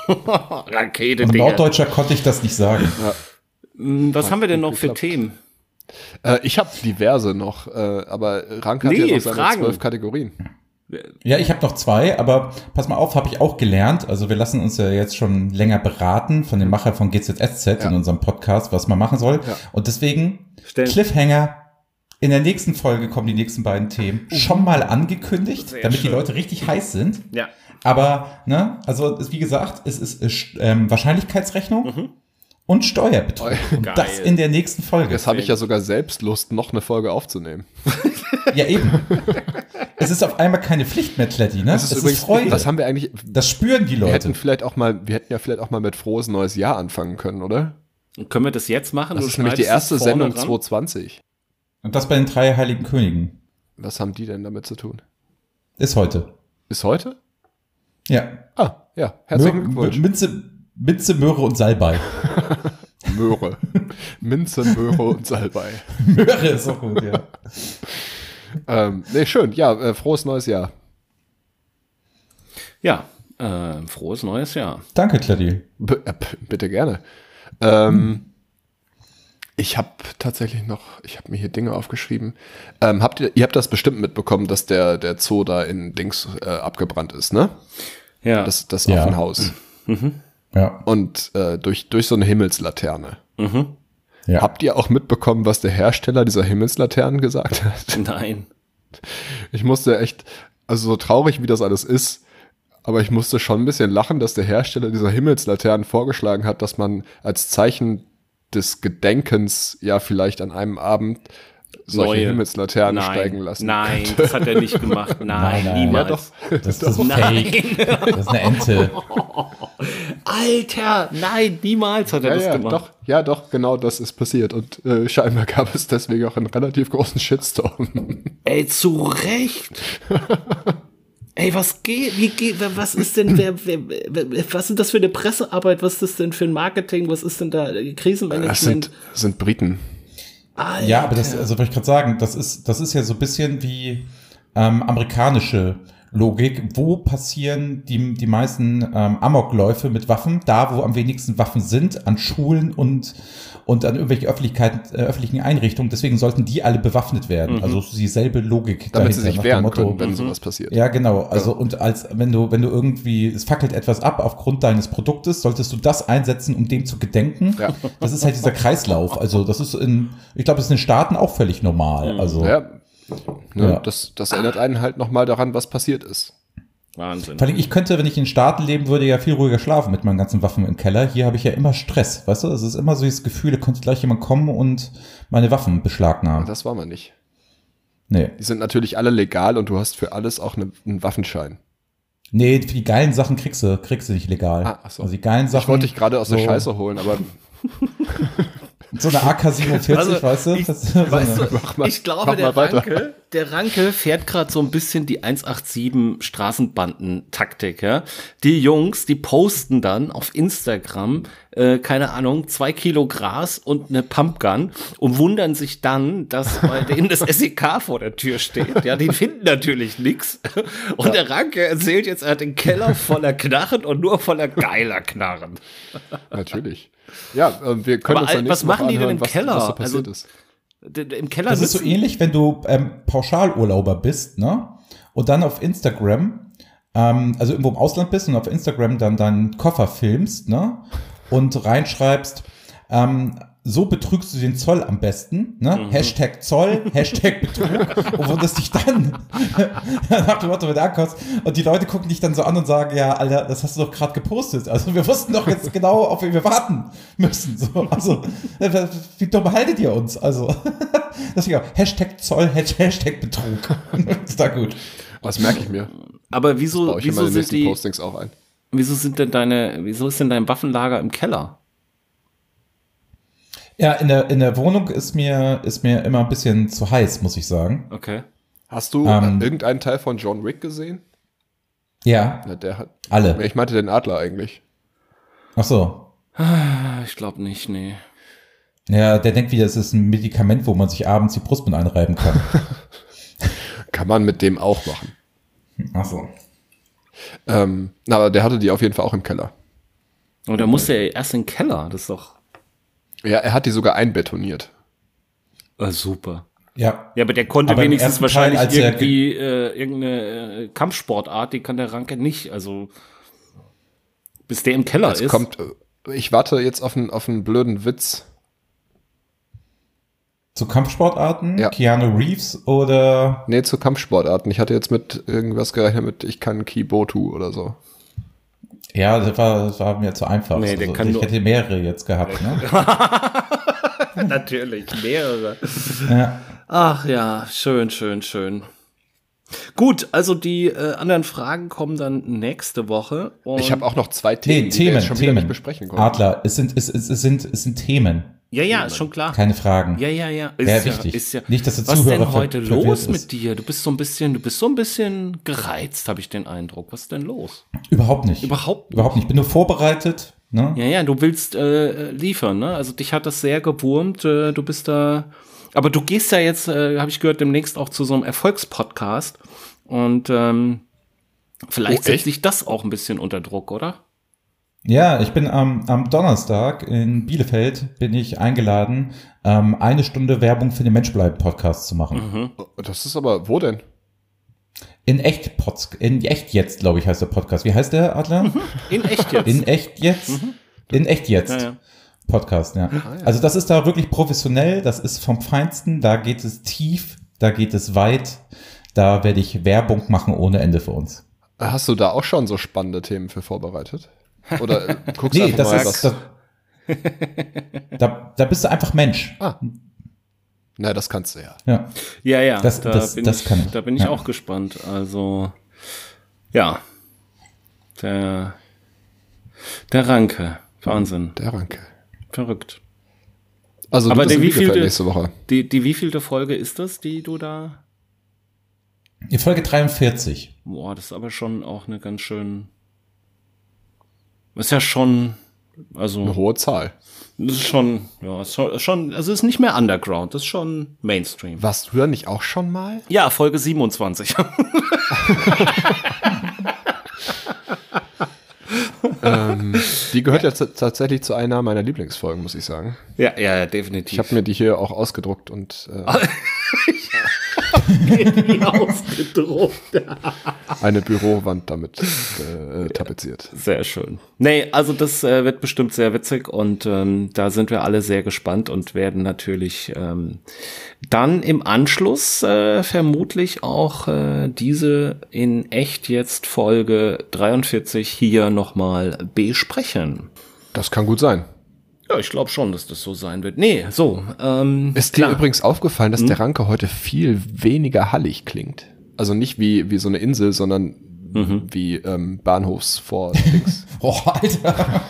S3: Rakete.
S4: Oh,
S2: Und
S3: Digga.
S2: Norddeutscher konnte ich das nicht sagen.
S3: Hm, Was haben wir denn noch für Themen?
S4: Äh, ich habe diverse noch, äh, aber Ranke hat
S3: Nee,
S4: ja noch seine
S3: Fragen.
S4: zwölf Kategorien.
S2: Ja, ich habe noch zwei, aber pass mal auf, habe ich auch gelernt. Also wir lassen uns ja jetzt schon länger beraten von dem Macher von GZSZ in unserem Podcast, was man machen soll. Und deswegen
S3: Stellen-
S2: Cliffhanger. In der nächsten Folge kommen die nächsten beiden Themen
S4: Uh.
S2: schon mal angekündigt, damit die Leute richtig heiß sind.
S3: Ja.
S4: Mhm.
S2: Aber, ne, also es- wie gesagt, es ist äh, Sch- ähm, Wahrscheinlichkeitsrechnung. und Steuerbetrug.
S4: Oh,
S2: Und
S3: Geil.
S2: das in der nächsten Folge.
S4: Jetzt habe ich ja sogar selbst Lust, noch eine Folge aufzunehmen.
S2: ja, eben. es ist auf einmal keine Pflicht mehr, Kletti, ne?
S4: Das ist übrigens,
S2: Freude.
S4: was haben wir eigentlich?
S2: das spüren die
S4: Wir
S2: Leute.
S4: hätten vielleicht auch mal, wir hätten ja vielleicht auch mal mit frohes neues Jahr anfangen können, oder?
S3: Können wir das jetzt machen?
S4: Das
S3: Du
S4: ist nämlich die
S3: schneidest
S4: erste
S3: es vorne
S4: Sendung
S3: ran?
S4: 2020.
S2: Und das bei den drei heiligen Königen.
S4: Was haben die denn damit zu tun?
S2: Ist heute.
S4: Ist heute?
S2: Ja.
S4: Ah, ja. Herzlichen
S2: Mö-
S4: Glückwunsch.
S2: Minze, Minze, Möhre und Salbei.
S4: Möhre. Minze, Möhre und Salbei.
S2: Möhre ist auch gut, ja.
S4: Ähm, nee, schön. Ja, äh, frohes neues Jahr.
S3: Ja, äh, frohes neues Jahr.
S2: Danke, Kletti.
S4: B äh, p- bitte gerne. Ähm, ich habe tatsächlich noch, ich habe mir hier Dinge aufgeschrieben. Ähm, habt ihr, ihr habt das bestimmt mitbekommen, dass der, der Zoo da in Dings äh, abgebrannt ist, ne?
S3: Ja,
S4: Das, das
S2: Ja.
S4: Affenhaus.
S2: Ja.
S4: Und äh, durch, durch so eine Himmelslaterne. Mhm.
S2: ja.
S4: Habt ihr auch mitbekommen, was der Hersteller dieser Himmelslaternen gesagt hat?
S3: nein.
S4: Ich musste echt, also so traurig wie das alles ist, aber ich musste schon ein bisschen lachen, dass der Hersteller dieser Himmelslaternen vorgeschlagen hat, dass man als Zeichen des Gedenkens ja vielleicht an einem Abend solche
S3: Neue.
S4: Himmelslaternen
S3: nein.
S4: steigen lassen.
S3: Nein, das hat er nicht gemacht. Nein,
S2: Nein, nein.
S4: Ja,
S3: niemals.
S4: doch.
S2: das ist
S3: Nein.
S2: Fake. Das ist eine Ente.
S3: Alter, nein, niemals hat er
S4: Ja,
S3: das
S4: ja,
S3: gemacht.
S4: doch, ja, doch, genau das ist passiert. Und äh, scheinbar gab es deswegen auch einen relativ großen Shitstorm.
S3: Ey, zu Recht. Ey, was geht? Wie geht? wa- Was ist denn? Wer, wer, wer, was sind das für eine Pressearbeit? Was ist das denn für ein Marketing? Was ist denn da äh,
S4: Das
S3: Krisenmanagement?
S4: sind, sind Briten.
S3: Alter.
S2: Ja, aber das, also wollte ich gerade sagen, das ist, das ist ja so ein bisschen wie ähm, amerikanische Logik. Wo passieren die, die meisten ähm, Amokläufe mit Waffen? Da, wo am wenigsten Waffen sind, an Schulen und, und an irgendwelchen Öffentlichkeit, äh, öffentlichen Einrichtungen. Deswegen sollten die alle bewaffnet werden. Also es ist dieselbe Logik.
S4: Mhm. Damit
S2: dahinter,
S4: sie sich
S2: nach dem
S4: wehren
S2: Motto, mhm.
S4: können, wenn sowas passiert.
S2: Ja, genau. Also und als wenn du wenn du irgendwie es fackelt etwas ab aufgrund deines Produktes, solltest du das einsetzen, um dem zu gedenken.
S4: Ja.
S2: Das ist halt dieser Kreislauf. Also das ist in ich glaube, das ist in den Staaten auch völlig normal. Also
S4: Mhm. Ja. Ne,
S2: Ja.
S4: Das, das erinnert einen halt nochmal daran, was passiert ist.
S3: Wahnsinn.
S2: vor allem ich könnte, wenn ich in den Staaten leben würde, ja viel ruhiger schlafen mit meinen ganzen Waffen im Keller. Hier habe ich ja immer Stress, weißt du? Es ist immer so dieses Gefühl, da könnte gleich jemand kommen und meine Waffen beschlagnahmen.
S4: Das war man nicht.
S2: Nee.
S4: Die sind natürlich alle legal und du hast für alles auch eine, einen Waffenschein.
S2: Nee, für die geilen Sachen kriegst du, kriegst du nicht legal.
S4: Ah, ach so.
S2: Also die geilen Sachen.
S4: Ich wollte dich gerade aus
S2: so,
S4: der Scheiße holen, aber
S2: So eine AK-47,
S3: Also,
S2: weißt du?
S3: ich-
S2: Das ist so
S3: Weißt
S2: eine-
S3: du,
S4: Mach mal-
S3: ich glaube,
S4: mach
S3: der
S4: mal weiter.
S3: Ranke, der Ranke fährt gerade so ein bisschen die 187 Straßenbanden-Taktik. Ja? Die Jungs, die posten dann auf Instagram, äh, keine Ahnung, zwei Kilo Gras und eine Pumpgun und wundern sich dann, dass bei denen das SEK vor der Tür steht. Ja, die finden natürlich nichts. Und der Ranke erzählt jetzt, er hat den Keller voller Knarren und nur voller geiler Knarren.
S4: natürlich. Ja, ähm, wir können
S3: Aber
S4: uns dann
S3: Al-
S4: nächste
S3: was machen die
S4: Woche
S3: denn
S4: anhören,
S3: im
S4: was,
S3: Keller?
S4: Was da passiert
S3: Also-
S4: ist.
S3: D- d- Im Keller
S2: Das ist so
S3: sitzen-
S2: ähnlich, wenn du ähm, Pauschalurlauber bist, ne? Und dann auf Instagram, ähm, also irgendwo im Ausland bist und auf Instagram dann deinen Koffer filmst, ne? Und reinschreibst, ähm, so betrügst du den Zoll am besten, ne?
S3: Mhm.
S2: Hashtag Zoll, Hashtag Betrug, und wunderst dich dann nach dem Motto mit ankommst. Und die Leute gucken dich dann so an und sagen, ja, Alter, das hast du doch gerade gepostet. Also wir wussten doch jetzt genau, auf wen wir warten müssen. So, also, äh, wie dumm haltet ihr uns? Also. Deswegen auch Hashtag Zoll, Hashtag Hashtag Betrug. ist da gut.
S4: Das merke ich mir.
S3: Aber
S4: Baue
S3: wieso,
S4: ich immer
S3: wieso
S4: in den
S3: sind
S4: nächsten
S3: die,
S4: Postings auch ein.
S3: Wieso sind denn deine, wieso ist denn dein Waffenlager im Keller?
S2: Ja, in der, in der Wohnung ist mir, ist mir immer ein bisschen zu heiß, muss ich sagen.
S3: Okay.
S4: Hast du
S2: Ähm.
S4: äh, irgendeinen Teil von John Wick gesehen?
S2: Ja,
S4: Na, der hat.
S2: alle.
S4: Ich meinte den Adler eigentlich.
S2: Ach so.
S3: Ah, Ich glaube nicht, nee.
S2: Ja, der denkt wieder, es ist ein Medikament, wo man sich abends die Brust mit einreiben kann.
S4: Kann man mit dem auch machen.
S2: Ach so.
S4: Ähm, na, aber der hatte die auf jeden Fall auch im Keller.
S3: Und da muss er erst in den Keller, das ist doch
S4: Ja, er hat die sogar einbetoniert.
S3: äh, super.
S2: Ja.
S3: Ja, aber der konnte
S2: Aber im
S3: wenigstens
S2: ersten
S3: wahrscheinlich
S2: Teil, als er ge-
S3: irgendwie äh, irgendeine äh, Kampfsportart, die kann der Ranke nicht. Also bis der im Keller
S4: Es
S3: Ah, ist.
S4: kommt. äh, Ich warte jetzt auf einen, auf einen blöden Witz.
S2: Zu Kampfsportarten,
S4: Ja.
S2: Keanu Reeves oder
S4: Nee, zu Kampfsportarten. Ich hatte jetzt mit irgendwas gerechnet mit ich kann Kibotu oder so.
S2: Ja, das war, das war mir zu einfach.
S3: Nee, der
S2: also,
S3: kann
S2: ich
S3: nur-
S2: hätte mehrere jetzt gehabt. Ne?
S3: Natürlich, mehrere.
S2: ja.
S3: Ach ja, schön, schön, schön. Gut, also die äh, anderen Fragen kommen dann nächste Woche. Und
S4: Ich habe auch noch zwei
S2: Nee,
S4: Themen, die wir
S2: Themen,
S4: jetzt schon wieder
S2: Themen.
S4: nicht besprechen konnten.
S2: Adler, es sind, es, es, es, sind, es sind Themen,
S3: Ja, ja, ist schon klar.
S2: keine Fragen.
S3: Ja, ja, ja. Ist
S2: Ja, wichtig.
S3: Ist ja.
S2: Nicht, dass der
S3: Was
S2: Zuhörer
S3: denn heute
S2: ver- verwirrt
S3: los
S2: ist.
S3: mit dir? Du bist so ein bisschen, du bist so ein bisschen gereizt, habe ich den Eindruck. Was ist denn los?
S2: Überhaupt nicht.
S3: Überhaupt nicht.
S2: Überhaupt nicht. Bin nur vorbereitet. Ne?
S3: Ja, ja, du willst äh, liefern, ne? Also dich hat das sehr gewurmt. Äh, du bist da. Aber du gehst ja jetzt, äh, habe ich gehört, demnächst auch zu so einem Erfolgspodcast. Und ähm, vielleicht
S4: Oh,
S3: setzt
S4: echt?
S3: dich das auch ein bisschen unter Druck, oder?
S2: Ja, ich bin am, am Donnerstag in Bielefeld, bin ich eingeladen, ähm, eine Stunde Werbung für den Menschbleiben-Podcast zu machen.
S3: Mhm.
S4: Oh, Das ist aber, wo denn?
S2: In echt Pods, in echt jetzt, glaube ich, heißt der Podcast. Wie heißt der, Adler?
S3: In echt jetzt.
S2: In echt jetzt? In echt jetzt.
S3: Mhm. Ja, ja. Ah,
S2: Podcast, ja. Also das ist da wirklich professionell, das ist vom Feinsten, da geht es tief, da geht es weit, da werde ich Werbung machen ohne Ende für uns.
S4: Hast du da auch schon so spannende Themen für vorbereitet? Oder äh, guckst
S2: Nee,
S4: einfach
S2: das
S4: mal,
S2: ist, das, da, da bist du einfach Mensch.
S4: Ah. Na, das kannst du ja.
S2: Ja.
S3: ja, ja.
S2: Das-
S3: da
S2: das-
S3: bin
S2: das
S3: ich,
S2: kann ich.
S3: Da bin ich
S2: Ja.
S3: auch gespannt. Also, ja. Der, der Ranke. Wahnsinn.
S4: Der Ranke.
S3: Verrückt.
S4: Also
S3: Aber
S4: du bist
S3: der
S4: in Bielefeld
S3: wievielte-
S4: nächste Woche.
S3: Die, die wievielte Folge ist das, die du da
S2: In Folge 43.
S3: Boah, das ist aber schon auch eine ganz schön. Ist ja schon.
S4: Eine
S3: Also,
S4: hohe Zahl.
S3: das ist schon. Ja, ist schon- schon. Also, ist nicht mehr Underground, das ist schon Mainstream.
S4: Warst du da nicht auch schon mal?
S3: Ja, Folge 27.
S4: Ähm, Die gehört ja t- tatsächlich zu einer meiner Lieblingsfolgen, muss ich sagen.
S3: ja, ja,
S4: Ich
S3: definitiv.
S4: habe mir die hier auch ausgedruckt und äh,
S3: ausgedruckt.
S4: eine Bürowand damit äh, tapeziert.
S3: Sehr schön. Nee, also, das äh, wird bestimmt sehr witzig und ähm, da sind wir alle sehr gespannt und werden natürlich ähm, dann im Anschluss äh, vermutlich auch äh, diese in echt jetzt Folge 43 hier nochmal besprechen.
S4: Das kann gut sein.
S3: Ja, ich glaube schon, dass das so sein wird. Nee, so. Ähm,
S4: Ist dir übrigens aufgefallen,
S3: Hm?
S4: dass der Ranke heute viel weniger hallig klingt? Also nicht wie, wie so eine Insel, sondern
S3: Mhm.
S4: wie ähm, Bahnhofsvor-Dings.
S2: Oh, Alter.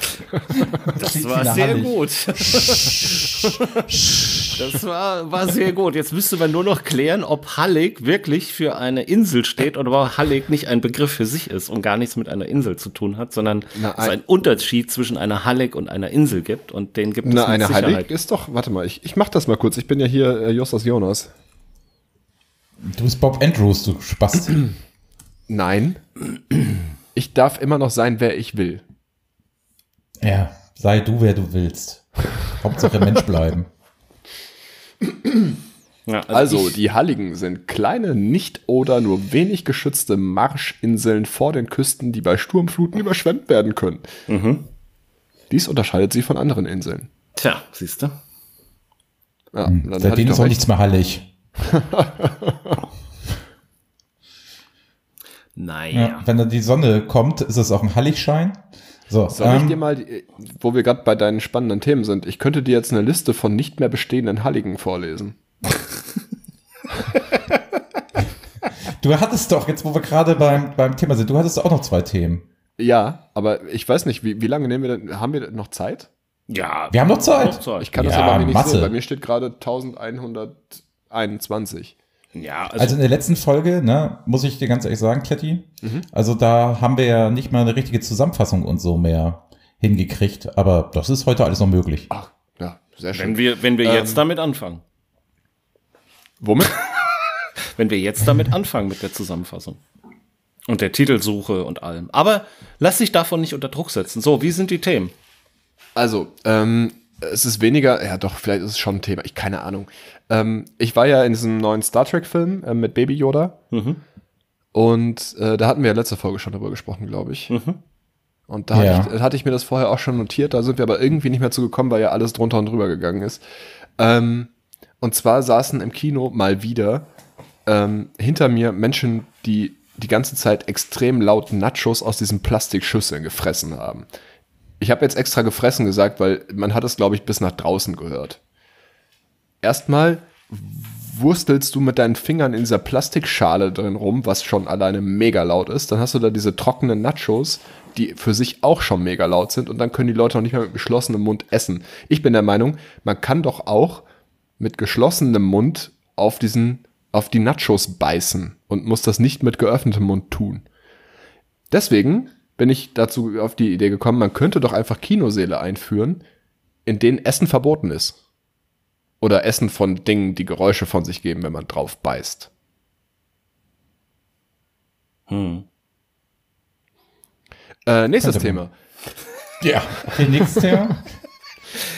S3: das
S2: klingt wie eine Hallig.
S3: gut. das war, war sehr gut. Jetzt müsste man nur noch klären, ob Hallig wirklich für eine Insel steht oder ob Hallig nicht ein Begriff für sich ist und gar nichts mit einer Insel zu tun hat, sondern
S4: Na,
S3: es
S4: ein-
S3: einen Unterschied zwischen einer Hallig und einer Insel gibt und den gibt es
S4: Na,
S3: mit
S4: eine
S3: Sicherheit.
S4: Hallig ist doch, warte mal, ich, ich mach das mal kurz. Ich bin ja hier äh, Justus Jonas.
S2: Du bist Bob Andrews, du Spast.
S4: Nein. Ich darf immer noch sein, wer ich will.
S2: ja, sei du, wer du willst. Hauptsache Mensch bleiben.
S3: Ja,
S4: Also,
S3: ich-
S4: die Halligen sind kleine, nicht oder nur wenig geschützte Marschinseln vor den Küsten, die bei Sturmfluten überschwemmt werden können.
S3: Mhm.
S4: Dies unterscheidet sie von anderen Inseln.
S3: Tja, siehst du?
S4: Ja, dann hatte ich
S2: Hm. Seitdem
S4: doch
S2: ist auch
S4: recht.
S2: nichts mehr hallig.
S3: Naja.
S2: Ja. Wenn dann die Sonne kommt, ist es auch ein Halligschein. So,
S4: Soll ich
S2: ähm,
S4: dir mal, die, wo wir gerade bei deinen spannenden Themen sind, ich könnte dir jetzt eine Liste von nicht mehr bestehenden Halligen vorlesen.
S2: du hattest doch, jetzt wo wir gerade beim, beim Thema sind, du hattest auch noch zwei Themen.
S4: Ja, aber ich weiß nicht, wie, wie lange nehmen wir denn, haben wir noch Zeit?
S3: Ja,
S2: Wir haben noch Zeit.
S3: Noch Zeit.
S4: Ich kann das
S2: Ja,
S4: aber mir nicht
S2: Masse.
S4: sehen, bei mir steht gerade 1121.
S3: ja, also,
S2: Also in der letzten Folge, ne, muss ich dir ganz ehrlich sagen, Kletti,
S4: Mhm.
S2: also da haben wir ja nicht mal eine richtige Zusammenfassung und so mehr hingekriegt, aber das ist heute alles noch möglich.
S4: Ach, ja, sehr
S3: wenn
S4: schön.
S3: wir, wenn wir
S4: Ähm,
S3: jetzt damit anfangen.
S4: Womit?
S3: wenn wir jetzt damit anfangen mit der Zusammenfassung. Und der Titelsuche und allem. Aber lass dich davon nicht unter Druck setzen. So, wie sind die Themen?
S4: Also, ähm, es ist weniger, ja doch, vielleicht ist es schon ein Thema, ich keine Ahnung. Ähm, ich war ja in diesem neuen Star Trek-Film äh, mit Baby Yoda. Und äh, da hatten wir ja letzte Folge schon drüber gesprochen, glaube ich. Und da
S2: Ja.
S4: hatte, ich, da hatte ich mir das vorher auch schon notiert, da sind wir aber irgendwie nicht mehr zu gekommen, weil ja alles drunter und drüber gegangen ist. Ähm, und zwar saßen im Kino mal wieder ähm, hinter mir Menschen, die die ganze Zeit extrem laut Nachos aus diesen Plastikschüsseln gefressen haben. Ich habe jetzt extra gefressen gesagt, weil man hat es, glaube ich, bis nach draußen gehört. Erstmal wurstelst du mit deinen Fingern in dieser Plastikschale drin rum, was schon alleine mega laut ist. Dann hast du da diese trockenen Nachos, die für sich auch schon mega laut sind und dann können die Leute noch nicht mehr mit geschlossenem Mund essen. Ich bin der Meinung, man kann doch auch mit geschlossenem Mund auf diesen, auf die Nachos beißen und muss das nicht mit geöffnetem Mund tun. Deswegen bin ich dazu auf die Idee gekommen, man könnte doch einfach Kinosäle einführen, in denen Essen verboten ist oder Essen von Dingen, die Geräusche von sich geben, wenn man drauf beißt. Hm. Äh, nächstes Könnte Thema.
S2: ja, okay, nächstes Thema.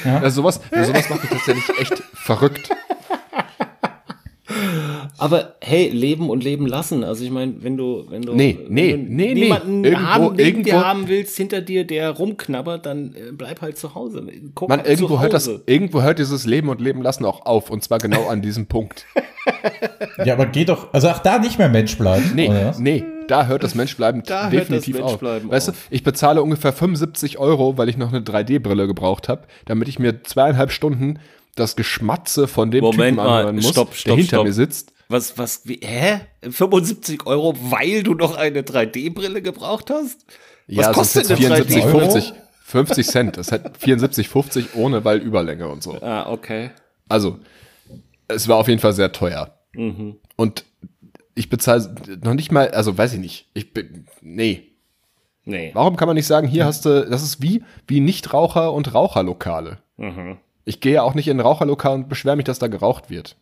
S4: Ja. Also sowas, sowas macht mich tatsächlich echt verrückt.
S3: Aber hey, leben und leben lassen. Also ich meine, wenn du, wenn du,
S4: nee, nee,
S3: wenn du
S4: nee,
S3: niemanden
S4: nee.
S3: Haben,
S4: Irgendwo-
S3: neben dir
S4: irgendwo-
S3: haben willst, hinter dir, der rumknabbert, dann äh, bleib halt zu Hause. Guck
S4: Man,
S3: halt
S4: irgendwo
S3: zu
S4: hört das,
S3: Hause.
S4: irgendwo hört dieses Leben und Leben lassen auch auf. Und zwar genau an diesem Punkt.
S2: Ja, aber geht doch. Also ach, da nicht mehr Mensch bleiben.
S4: Nee,
S2: oder was?
S4: nee, da hört das Menschbleiben
S3: Da hört das
S4: definitiv
S3: Menschbleiben
S4: auf. Weißt
S3: auf.
S4: du, ich bezahle ungefähr 75 Euro, weil ich noch eine 3D-Brille gebraucht habe, damit ich mir zweieinhalb Stunden das Geschmatze von dem
S3: Moment
S4: Typen
S3: mal,
S4: anhören muss,
S3: stopp,
S4: der
S3: stopp,
S4: hinter
S3: stopp.
S4: mir sitzt.
S3: Was, was, wie, hä? 75 Euro, weil du noch eine 3D-Brille gebraucht hast?
S4: Ja,
S3: was kostet
S4: sind
S3: denn eine 3D?
S4: 74,
S2: Euro?
S4: 50, 50 Cent. Das hat 74, 50 ohne, weil Überlänge und so.
S3: Ah, okay.
S4: Also, es war auf jeden Fall sehr teuer.
S3: Mhm.
S4: Und ich bezahle noch nicht mal, also weiß ich nicht. Ich bin, nee,
S3: Nee.
S4: Warum kann man nicht sagen, hier hast du, das ist wie, wie Nichtraucher und Raucherlokale.
S3: Mhm.
S4: Ich gehe ja auch nicht in ein Raucherlokal und beschwere mich, dass da geraucht wird.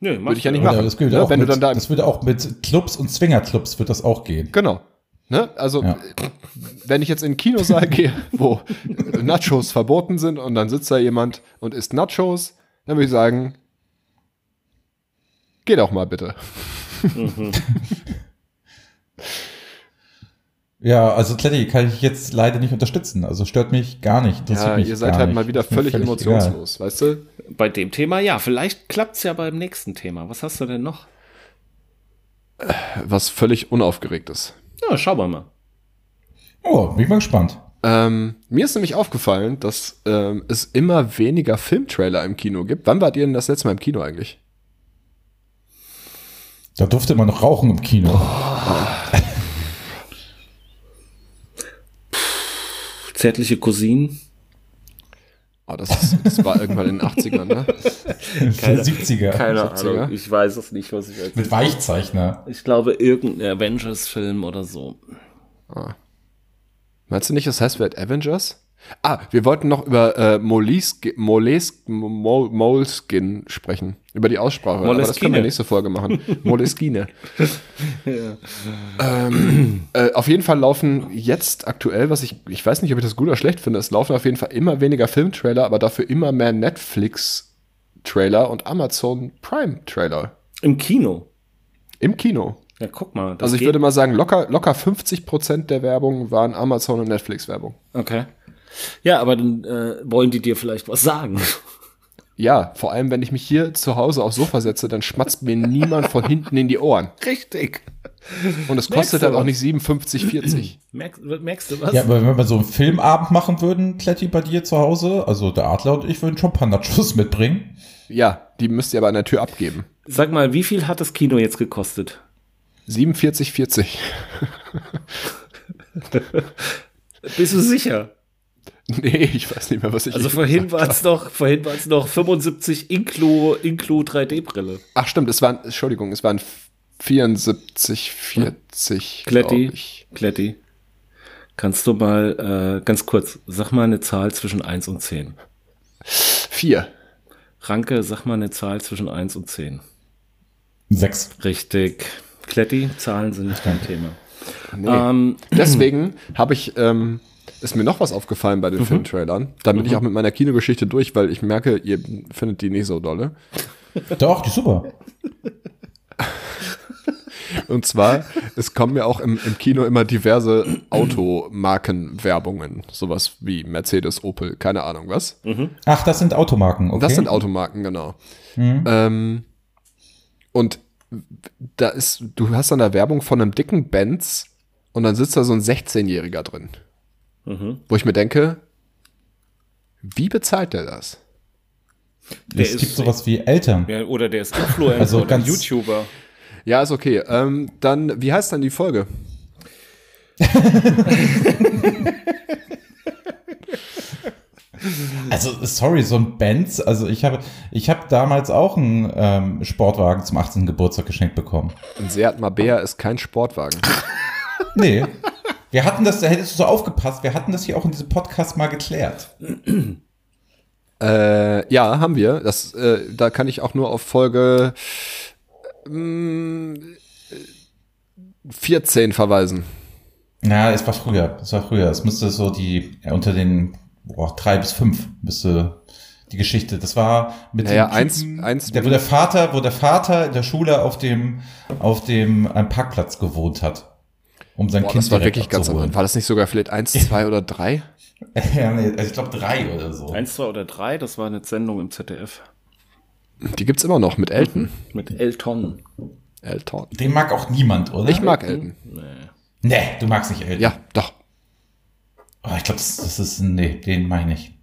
S3: Nö,
S4: Würde ich ja nicht
S2: Oder
S4: machen.
S2: das, würde
S4: ne,
S2: auch
S4: wenn
S2: mit,
S4: du dann da im,
S2: das würde auch mit Clubs und Zwingerclubs wird das auch gehen.
S4: Genau. Ne? Also,
S2: Ja.
S4: wenn ich jetzt in den Kinosaal gehe, wo Nachos verboten sind und dann sitzt da jemand und isst Nachos, dann würde ich sagen, geh doch mal bitte.
S2: Ja, also Kletti kann ich jetzt leider nicht unterstützen. Also stört mich gar nicht. interessiert
S4: Ja,
S2: mich
S4: ihr seid
S2: gar
S4: halt
S2: nicht.
S4: mal wieder
S2: Ist mir
S4: völlig,
S2: egal.
S4: emotionslos, weißt du?
S3: Bei dem Thema ja. Vielleicht klappt's ja beim nächsten Thema. Was hast du denn noch?
S4: Was völlig unaufgeregt ist.
S3: Ja, schauen wir mal.
S2: Oh, bin ich mal gespannt.
S4: Ähm, mir ist nämlich aufgefallen, dass ähm, es immer weniger Filmtrailer im Kino gibt. Wann wart ihr denn das letzte Mal im Kino eigentlich?
S2: Da durfte man noch rauchen im Kino.
S3: Zärtliche Cousinen.
S4: Oh, das, ist, das war irgendwann in den 80ern, ne?
S2: Keine, 70er.
S3: Keine
S4: 70er?
S3: Ahnung. Ich weiß es nicht, was ich als
S2: Mit Weichzeichner.
S3: Ich glaube, irgendein Avengers-Film oder so.
S4: Meinst du nicht, das heißt, wir hatten Avengers? Ah, wir wollten noch über äh, Molesk- Molesk- Mo- Moleskin sprechen. Über die Aussprache. Aber das können
S3: Moleskine.
S4: wir nächste Folge machen. Moleskine. ähm, äh, auf jeden Fall laufen jetzt aktuell, was ich, ich weiß nicht, ob ich das gut oder schlecht finde, es laufen auf jeden Fall immer weniger Filmtrailer, aber dafür immer mehr Netflix-Trailer und Amazon Prime-Trailer
S3: Im Kino.
S4: im Kino.
S3: Ja, guck mal. das
S4: Also ich
S3: geht-
S4: würde mal sagen, locker, locker 50% der Werbung waren Amazon und Netflix-Werbung.
S3: Okay. Ja, aber dann äh, wollen die dir vielleicht was sagen.
S4: Ja, vor allem, wenn ich mich hier zu Hause aufs Sofa setze, dann schmatzt mir niemand von hinten in die Ohren.
S3: Richtig.
S4: Und es
S3: Merkst
S4: kostet
S3: du
S4: halt auch
S3: was?
S4: nicht 57,40.
S3: Merkst, merkst du was?
S2: Ja, aber wenn wir so einen Filmabend machen würden, Kletti, bei dir zu Hause, also der Adler und ich würden schon ein paar Nachos mitbringen.
S4: Ja, die müsst ihr aber an der Tür abgeben.
S3: Sag mal, wie viel hat das Kino jetzt gekostet?
S4: 47,40.
S3: Bist du sicher?
S4: Nee, ich weiß nicht mehr, was ich.
S3: Also vorhin war es noch, vorhin war es noch 75 Inklu, Inklu 3D-Brille.
S4: Ach, stimmt, es waren, Entschuldigung, es waren 74,40. glaub
S3: Kletti,
S4: ich.
S3: Kletti, kannst du mal äh, ganz kurz, sag mal eine Zahl zwischen 1 und 10.
S4: Vier.
S3: Ranke, sag mal eine Zahl zwischen 1 und 10.
S2: Sechs.
S3: Richtig. Kletti, Zahlen sind nicht dein Thema.
S4: Nee.
S3: Ähm,
S4: Deswegen habe ich, ähm, ist mir noch was aufgefallen bei den
S3: Mhm.
S4: Filmtrailern. Da bin ich auch mit meiner Kinogeschichte durch, weil ich merke, ihr findet die nicht so dolle.
S2: Doch, die ist super.
S4: Und zwar, es kommen ja auch im, im Kino immer diverse Automarkenwerbungen. Sowas wie Mercedes, Opel, keine Ahnung was.
S2: Ach, das sind Automarken, okay.
S4: Das sind Automarken, genau. Ähm, und da ist, du hast dann da Werbung von einem dicken Benz und dann sitzt da so ein 16-Jähriger drin.
S3: Mhm.
S4: Wo ich mir denke, wie bezahlt der das?
S3: Der
S2: es
S3: ist-
S2: gibt sowas wie Eltern.
S3: Ja, oder der ist Influencer
S2: Also
S3: oder
S2: ganz-
S3: YouTuber.
S4: Ja, ist okay. Ähm, dann, wie heißt dann die Folge?
S2: Also sorry, so ein Benz. Also ich habe, ich habe damals auch einen ähm, Sportwagen zum 18. Geburtstag geschenkt bekommen.
S4: Ein Seat Mabea ist kein Sportwagen.
S2: Nee. Wir hatten das, da hättest du so aufgepasst, wir hatten das hier auch in diesem Podcast mal geklärt.
S4: Äh, ja, haben wir. Das, äh, da kann ich auch nur auf Folge mm, 14 verweisen.
S2: Na, es war früher. Es war früher. Es müsste so die, ja, unter den boah, drei bis fünf müsste die Geschichte. Das war mit
S4: Naja,
S2: dem
S4: eins-
S2: Typen,
S4: eins-
S2: der, wo der Vater, wo der Vater in der Schule auf dem, auf dem einem Parkplatz gewohnt hat. Um sein
S4: Boah,
S2: Kind
S4: das war
S2: direkt
S4: wirklich ganz am
S2: abzuholen.
S4: Anfang. War das nicht sogar vielleicht 1, 2 oder 3?
S2: Ja, nee, also ich glaube drei oder so.
S3: Eins, zwei oder drei, das war eine Sendung im ZDF.
S4: Die gibt's immer noch mit Elton.
S3: Mit Elton.
S4: Elton.
S2: Den mag auch niemand, oder?
S4: Ich mag Elton.
S2: Nee, du magst nicht Elton.
S4: Ja, doch.
S2: Oh, ich glaube, das, das ist. Nee, den meine ich.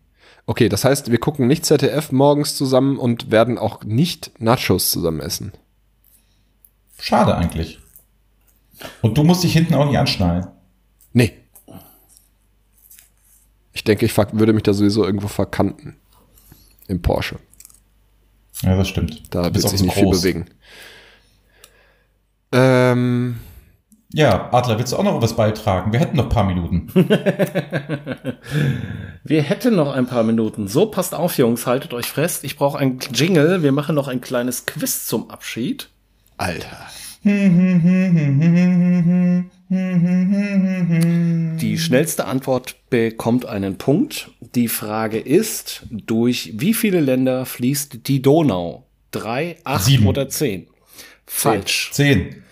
S4: Okay, das heißt, wir gucken nicht ZDF morgens zusammen und werden auch nicht Nachos zusammen essen.
S2: Schade eigentlich. Und du musst dich hinten auch nicht anschnallen.
S4: Nee. Ich denke, ich verk- würde mich da sowieso irgendwo verkanten. Im Porsche.
S2: Ja, das stimmt.
S4: Da
S2: Du
S4: wird
S2: bist auch
S4: sich
S2: so
S4: nicht viel bewegen. Ähm,
S2: Ja, Adler, willst du auch noch was beitragen? Wir hätten noch ein paar Minuten.
S3: Wir hätten noch ein paar Minuten. So, passt auf, Jungs, haltet euch fest. Ich brauche einen Jingle. Wir machen noch ein kleines Quiz zum Abschied.
S4: Alter.
S2: Mhm.
S3: Die schnellste Antwort bekommt einen Punkt. Die Frage ist, durch wie viele Länder fließt die Donau? Drei, acht
S2: Sieben.
S3: oder zehn? Falsch.
S2: Zehn.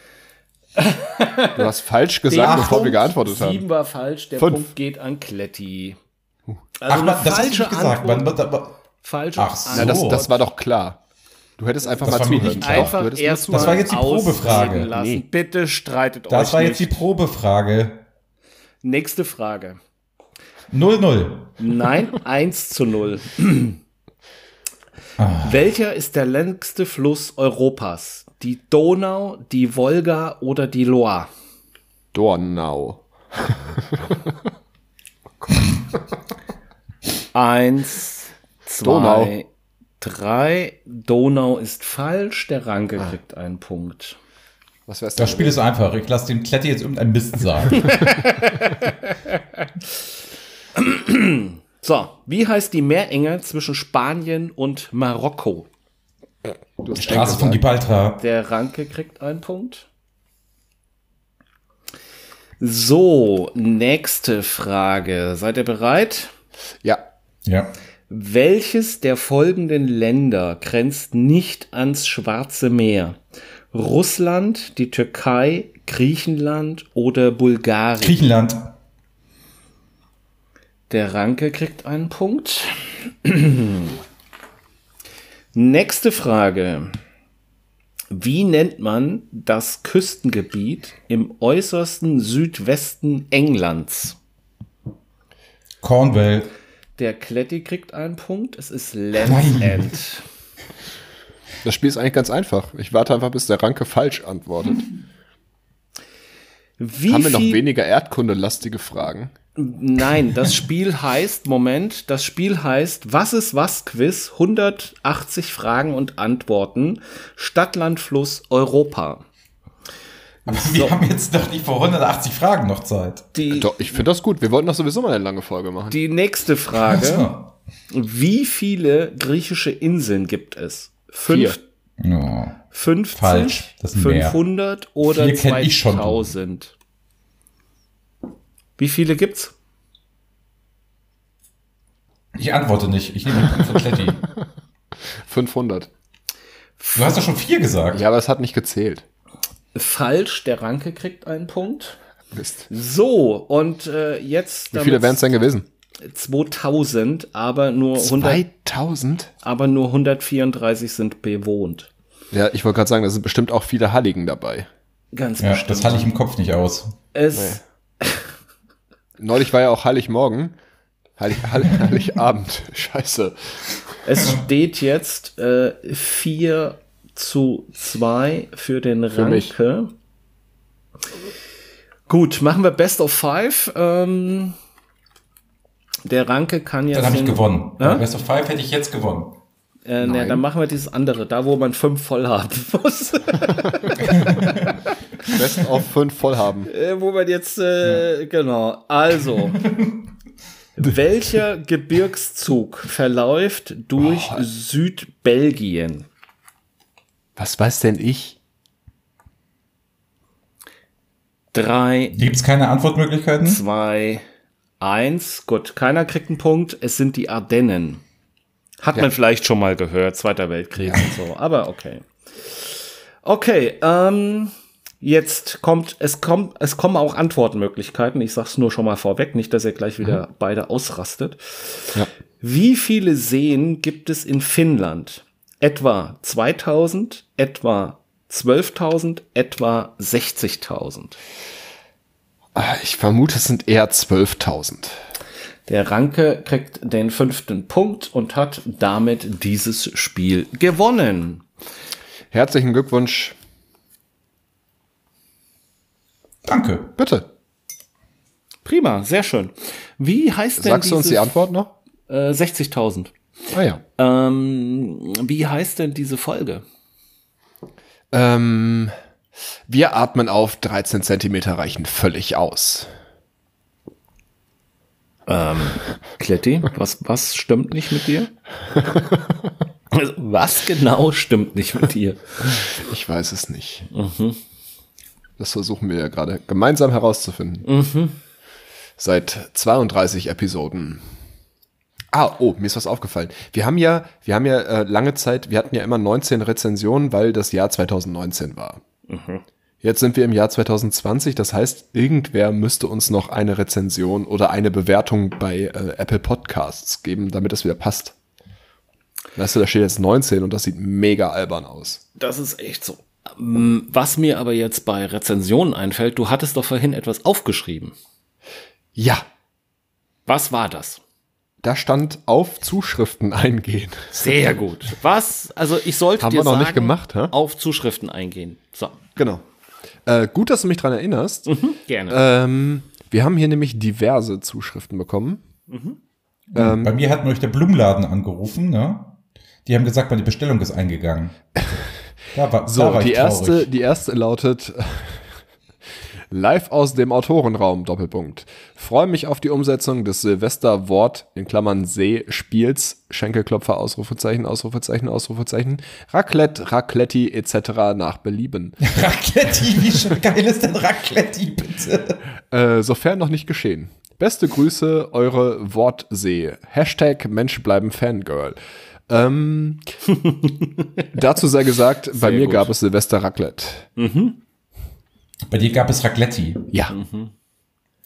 S4: Du hast falsch gesagt,
S2: Achtung,
S4: bevor wir geantwortet haben.
S3: Sieben war falsch. Der
S4: Fünf.
S3: Punkt geht an Kletti.
S2: Ach,
S3: Also
S2: man, das hast du nicht gesagt. Man,
S3: Antwort,
S2: man, man,
S3: falsche
S2: Ach so.
S4: Na, das,
S2: So.
S4: das war doch klar. Du hättest einfach
S2: Das
S4: mal
S2: war mir
S4: zuhören.
S2: nicht
S4: sollen.
S2: klar.
S3: Einfach
S4: Du hättest nur
S3: erstmal
S2: Das war jetzt die Probefrage.
S3: ausreden Lassen.
S4: Nee.
S3: Bitte streitet euch
S2: das war jetzt die
S3: nicht.
S2: Probefrage.
S3: Nächste Frage.
S2: 0-0.
S3: Nein, 1 zu 0. Welcher ist der längste Fluss Europas? Die Donau, die Wolga oder die Loire?
S4: Dornau.
S3: 1, 2,
S4: Donau.
S3: 3. Donau ist falsch. Der Ranke kriegt einen Punkt.
S4: Was wär's denn?
S2: Das Spiel ist einfach. Ich lasse dem Kletti jetzt irgendein Mist sagen.
S3: So, wie heißt die Meerenge zwischen Spanien und Marokko?
S4: du hast
S2: Straße von
S4: gesagt.
S2: Gibraltar.
S3: Der Ranke kriegt einen Punkt. So, nächste Frage. Seid ihr bereit?
S4: Ja.
S2: Ja.
S3: Welches der folgenden Länder grenzt nicht ans Schwarze Meer? Russland, die Türkei, Griechenland oder Bulgarien?
S2: Griechenland.
S3: Der Ranke kriegt einen Punkt. Nächste Frage. Wie nennt man das Küstengebiet im äußersten Südwesten Englands?
S2: Cornwall.
S3: Der Kletti kriegt einen Punkt. Es ist Land's
S2: Nein.
S3: End.
S4: Das Spiel ist eigentlich ganz einfach. Ich warte einfach, bis der Ranke falsch antwortet.
S3: Wie
S4: Haben wir noch
S3: viel-
S4: weniger erdkundelastige Fragen?
S3: Nein, das Spiel heißt, Moment, das Spiel heißt Was ist was Quiz 180 Fragen und Antworten Stadt, Land, Fluss, Europa.
S2: Aber wir haben jetzt noch nicht vor 180 Fragen noch Zeit.
S3: Die,
S4: Doch, ich finde das gut. Wir wollten doch sowieso mal eine lange Folge machen.
S3: die nächste Frage,
S2: So.
S3: wie viele griechische Inseln gibt es? Fünf,
S4: Vier.
S2: Ja.
S3: 50,
S2: Falsch, das sind mehr.
S3: 500 oder
S2: Vier kenn ich schon.
S3: 2000? Wie viele gibt's?
S2: Ich antworte nicht. Ich nehme den Punkt von Kletti.
S4: 500.
S2: Du hast doch schon vier gesagt.
S4: Ja, aber es hat nicht gezählt.
S3: Falsch, der Ranke kriegt einen Punkt.
S4: Mist.
S3: So, und äh, jetzt
S4: Wie viele wären es denn gewesen?
S3: 2000, aber nur, 100,
S4: 2000?
S3: aber nur 134 sind bewohnt.
S4: Ja, ich wollte gerade sagen, da sind bestimmt auch viele Halligen dabei.
S3: Ganz
S2: Ja,
S3: bestimmt.
S2: das halte ich im Kopf nicht aus.
S3: es,
S4: Neulich war ja auch Heiligmorgen. Heilig, Hall, Heiligabend. Scheiße.
S3: es steht jetzt äh, 4 zu 2 für den
S4: mich.
S3: Ranke. Gut, machen wir Best of Five. Ähm, der Ranke kann jetzt.
S2: Dann habe ich
S3: den-
S2: gewonnen.
S3: Ja?
S2: Bei Best of Five hätte ich jetzt gewonnen.
S3: Äh, nee, dann machen wir dieses andere, da wo man fünf voll haben muss.
S4: Best auf fünf voll haben.
S3: Äh, wo man jetzt, äh, genau. Also, welcher Gebirgszug verläuft durch Südbelgien?
S4: Was weiß denn ich?
S3: Drei,
S2: Gibt es keine Antwortmöglichkeiten?
S3: zwei, eins. Gut, keiner kriegt einen Punkt. Es sind die Ardennen. Hat man vielleicht schon mal gehört, Zweiter Weltkrieg und so, aber okay. Okay, ähm, jetzt kommt, es kommt, es kommen auch Antwortmöglichkeiten. Ich sag's nur schon mal vorweg, nicht, dass ihr gleich wieder beide ausrastet. Wie viele Seen gibt es in Finnland? Etwa 2000, etwa 12.000, etwa 60.000.
S4: Ah, Ich vermute, es sind eher 12.000.
S3: Der Ranke kriegt den fünften Punkt und hat damit dieses Spiel gewonnen.
S4: Herzlichen Glückwunsch.
S2: Danke.
S4: Bitte.
S3: Prima, sehr schön. Wie heißt denn
S4: Sagst du uns die
S3: dieses-
S4: Antwort noch?
S3: Äh, 60.000.
S4: Ah ja.
S3: Ähm, wie heißt denn diese Folge?
S4: Ähm, wir atmen auf 13 Zentimeter reichen völlig aus.
S3: Kletti, was, was stimmt nicht mit dir? Also, Was genau stimmt nicht mit dir?
S4: Ich weiß es nicht. Das versuchen wir ja gerade gemeinsam herauszufinden. Seit 32 Episoden. Ah, oh, mir ist was aufgefallen. Wir haben ja, wir haben ja äh, lange Zeit, wir hatten ja immer 19 Rezensionen, weil das Jahr 2019 war. Jetzt sind wir im Jahr 2020, das heißt, irgendwer müsste uns noch eine Rezension oder eine Bewertung bei äh, Apple Podcasts geben, damit es wieder passt. Weißt du, da steht jetzt 19 und das sieht mega albern aus.
S3: Das ist echt so. Ähm, Was mir aber jetzt bei Rezensionen einfällt, du hattest doch vorhin etwas aufgeschrieben.
S4: Ja,
S3: Was war das?
S4: da stand auf Zuschriften eingehen.
S3: Sehr gut. Was? Also ich sollte
S4: Haben
S3: dir
S4: wir noch
S3: sagen,
S4: nicht gemacht, hä?
S3: auf Zuschriften eingehen. So,
S4: Genau. Äh, gut, dass du mich dran erinnerst.
S3: gerne.
S4: Ähm, wir haben hier nämlich diverse Zuschriften bekommen. Ähm.
S2: Bei mir hat euch der Blumenladen angerufen, ne? Die haben gesagt, meine Bestellung ist eingegangen. Da war, da
S4: So,
S2: war
S4: die
S2: ich traurig.
S4: erste, die erste lautet Live aus dem Autorenraum, Doppelpunkt. Freue mich auf die Umsetzung des Silvester-Wort, in Klammern See-Spiels, Schenkelklopfer, Ausrufezeichen, Ausrufezeichen, Ausrufezeichen, Raclette, Racletti etc. nach Belieben.
S2: Racletti, wie schön geil ist denn Racletti, bitte?
S4: Äh, sofern noch nicht geschehen. Beste Grüße, eure Wortsee. Hashtag Mensch bleiben Fangirl. Ähm, dazu sei gesagt, bei mir
S3: gut.
S4: gab es Silvester Raclette.
S2: Bei dir gab es Racletti.
S4: Ja.
S3: Mhm.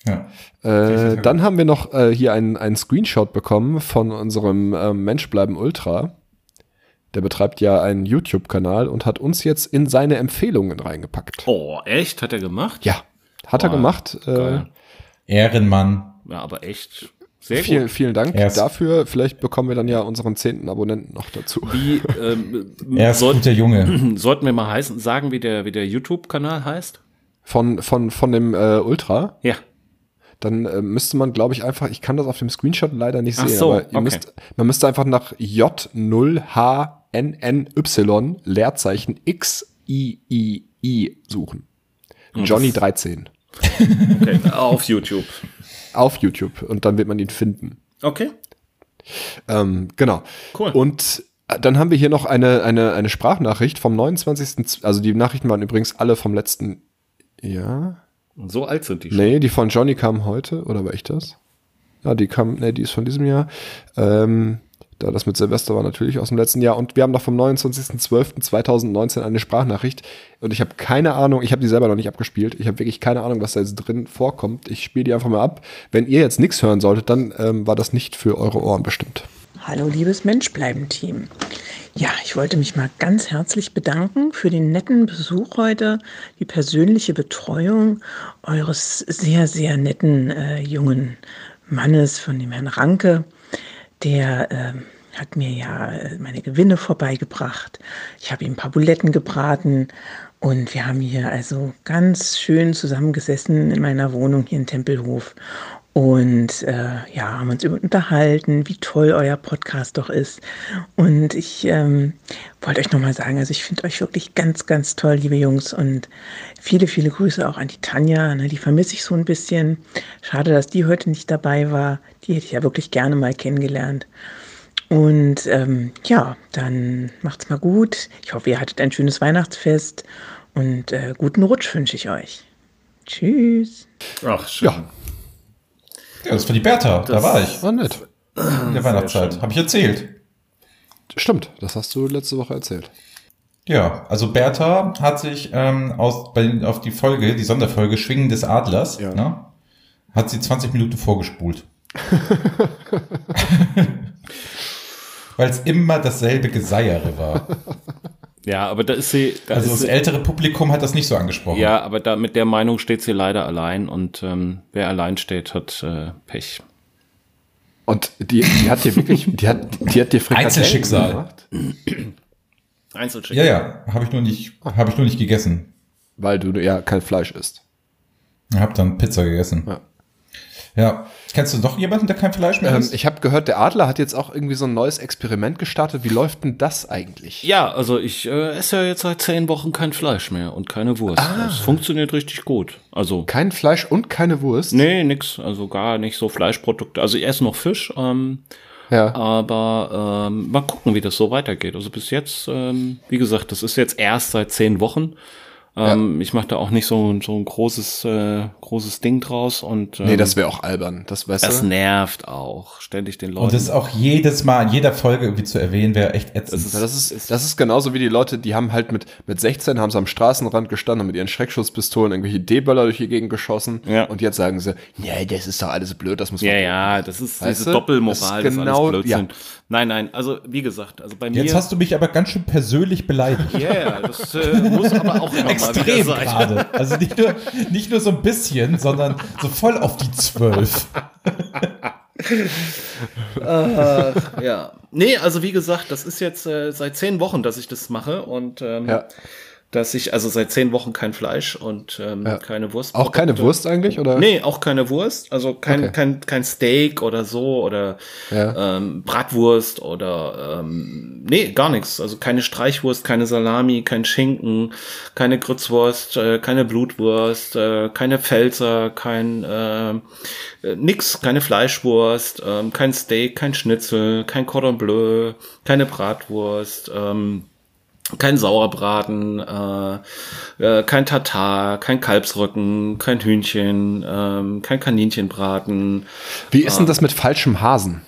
S2: Ja.
S4: Äh, dann haben wir noch äh, hier einen, einen Screenshot bekommen von unserem äh, Mensch bleiben Ultra. Der betreibt ja einen YouTube-Kanal und hat uns jetzt in seine Empfehlungen reingepackt.
S3: oh, echt? Hat er gemacht?
S4: Ja, hat er
S3: Wow,
S4: gemacht. Äh,
S3: geil.
S2: Ehrenmann.
S3: Ja, aber echt. Sehr
S4: vielen,
S3: gut.
S4: vielen Dank
S2: Er ist-
S4: dafür. Vielleicht bekommen wir dann ja unseren zehnten Abonnenten noch dazu.
S3: Wie, ähm,
S2: Er ist
S3: soll,
S2: guter Junge.
S3: sollten wir mal heißen, sagen, wie der, wie der YouTube-Kanal heißt?
S4: Von, von, von dem äh, Ultra,
S3: Ja.
S4: dann äh, müsste man, glaube ich, einfach, ich kann das auf dem Screenshot leider nicht
S3: Ach
S4: sehen,
S3: so,
S4: aber ihr
S3: okay.
S4: müsst, man müsste einfach nach J0HNNY Leerzeichen XIII suchen. Johnny 13
S3: Okay. Auf YouTube.
S4: auf YouTube und dann wird man ihn finden.
S3: Okay.
S4: Ähm, genau.
S3: Cool.
S4: Und äh, dann haben wir hier noch eine, eine, eine Sprachnachricht vom 29. Z- Also die Nachrichten waren übrigens alle vom letzten Jahr.
S3: Und so alt sind die schon.
S4: Nee, die von Johnny kam heute, oder war ich das? Ja, die kam, nee, die ist von diesem Jahr. Ähm, da das mit Silvester war natürlich aus dem letzten Jahr. Und wir haben noch vom 29.12.2019 eine Sprachnachricht. Und ich habe keine Ahnung, ich habe die selber noch nicht abgespielt. Ich habe wirklich keine Ahnung, was da jetzt drin vorkommt. Ich spiele die einfach mal ab. Wenn ihr jetzt nichts hören solltet, dann ähm, war das nicht für eure Ohren bestimmt.
S5: Hallo, liebes Menschbleiben-Team. Ja, ich wollte mich mal ganz herzlich bedanken für den netten Besuch heute, die persönliche Betreuung eures sehr, sehr netten äh, jungen Mannes, von dem Herrn Ranke. Der äh, hat mir ja äh, meine Gewinne vorbeigebracht. Ich habe ihm ein paar Buletten gebraten und wir haben hier also ganz schön zusammengesessen in meiner Wohnung hier in Tempelhof und äh, ja, haben uns über- unterhalten, wie toll euer Podcast doch ist. Und ich ähm, wollte euch nochmal sagen, also ich finde euch wirklich ganz, ganz toll, liebe Jungs. Und viele, viele Grüße auch an die Tanja. Ne, die vermisse ich so ein bisschen. Schade, dass die heute nicht dabei war. Die hätte ich ja wirklich gerne mal kennengelernt. Und ähm, ja, dann macht's mal gut. Ich hoffe, ihr hattet ein schönes Weihnachtsfest und äh, guten Rutsch wünsche ich euch. Tschüss.
S6: Ach, schön.
S4: Ja,
S2: Ja, das war die Bertha, da war ich
S4: war nett.
S2: in der Weihnachtszeit. Habe ich erzählt.
S4: Stimmt, das hast du letzte Woche erzählt.
S2: Ja, also Bertha hat sich ähm, aus, bei, auf die Folge, die Sonderfolge Schwingen des Adlers,
S4: Ja.
S2: ne, hat sie 20 Minuten vorgespult. Weil es immer dasselbe Geseiere war.
S3: Ja, aber da ist sie. Da
S2: Also
S3: ist
S2: das
S3: sie,
S2: ältere Publikum hat das nicht so angesprochen.
S3: ja, aber da mit der Meinung steht sie leider allein und ähm, wer allein steht, hat äh, Pech.
S4: Und die, die hat dir wirklich, die hat, die hat dir Frikadellen
S2: Einzelschicksal.
S4: gemacht,
S3: Einzelschick.
S2: ja, ja habe ich nur nicht, habe ich nur nicht gegessen.
S4: weil du ja kein Fleisch isst.
S2: Habe dann Pizza gegessen.
S4: Ja.
S2: Ja. kennst du noch jemanden, der kein Fleisch mehr
S4: Ähm,
S2: isst?
S4: ich habe gehört, der Adler hat jetzt auch irgendwie so ein neues Experiment gestartet. Wie läuft denn das eigentlich?
S3: Ja, also ich äh, esse ja jetzt seit zehn Wochen kein Fleisch mehr und keine Wurst.
S4: Ah.
S3: Das funktioniert richtig gut. Also
S4: Kein Fleisch und keine Wurst.
S3: nee, nix, also gar nicht so Fleischprodukte. Also ich esse noch Fisch, ähm,
S4: Ja.
S3: aber ähm, mal gucken, wie das so weitergeht. Also bis jetzt, ähm, wie gesagt, das ist jetzt erst seit zehn Wochen. Ähm, Ich mache da auch nicht so, ein- so ein großes, äh, großes Ding draus und ähm,
S4: Nee, das wäre auch albern. Das weißt
S3: das
S4: du.
S3: nervt auch ständig den Leuten.
S2: Und das auch jedes Mal, in jeder Folge irgendwie zu erwähnen, wäre echt ätzend.
S4: Ja, das, ist, das ist genauso wie die Leute, die haben halt mit, mit 16 haben sie am Straßenrand gestanden und mit ihren Schreckschusspistolen irgendwelche D-Böller durch die Gegend geschossen.
S3: Ja.
S4: Und jetzt sagen sie, nee, das ist doch alles blöd, das muss
S3: ja,
S4: verboten
S3: ja,
S4: werden."
S3: das ist
S4: Weißt
S3: diese
S4: du?
S3: Doppelmoral,
S4: Das
S3: das
S4: ist
S3: ist
S4: genau-
S3: alles Blödsinn. Nein, nein, also wie gesagt, also bei mir.
S2: Jetzt hast du mich aber ganz schön persönlich beleidigt.
S3: Ja, yeah, das äh, muss aber auch immer mal wieder
S2: extrem
S3: sein.
S2: gerade. Also nicht nur, nicht nur so ein bisschen, sondern so voll auf die zwölf.
S3: Ja. Nee, also wie gesagt, das ist jetzt äh, seit zehn Wochen, dass ich das mache und ähm,
S4: Ja.
S3: dass ich also seit zehn Wochen kein Fleisch und ähm,
S4: Ja.
S3: keine Wurst.
S4: Auch keine Wurst eigentlich? Oder?
S3: Nee, auch keine Wurst, also kein,
S4: Okay.
S3: kein, kein Steak oder so oder
S4: Ja.
S3: ähm, Bratwurst oder ähm, nee, gar nichts. Also keine Streichwurst, keine Salami, kein Schinken, keine Grützwurst, äh, keine Blutwurst, äh, keine Pfälzer, kein äh, äh, nix, keine Fleischwurst, ähm, kein Steak, kein Schnitzel, kein Cordon Bleu, keine Bratwurst, ähm, kein Sauerbraten, äh, äh, kein Tatar, kein Kalbsrücken, kein Hühnchen, ähm, kein Kaninchenbraten.
S4: Wie
S3: Äh,
S4: ist denn das mit falschem Hasen?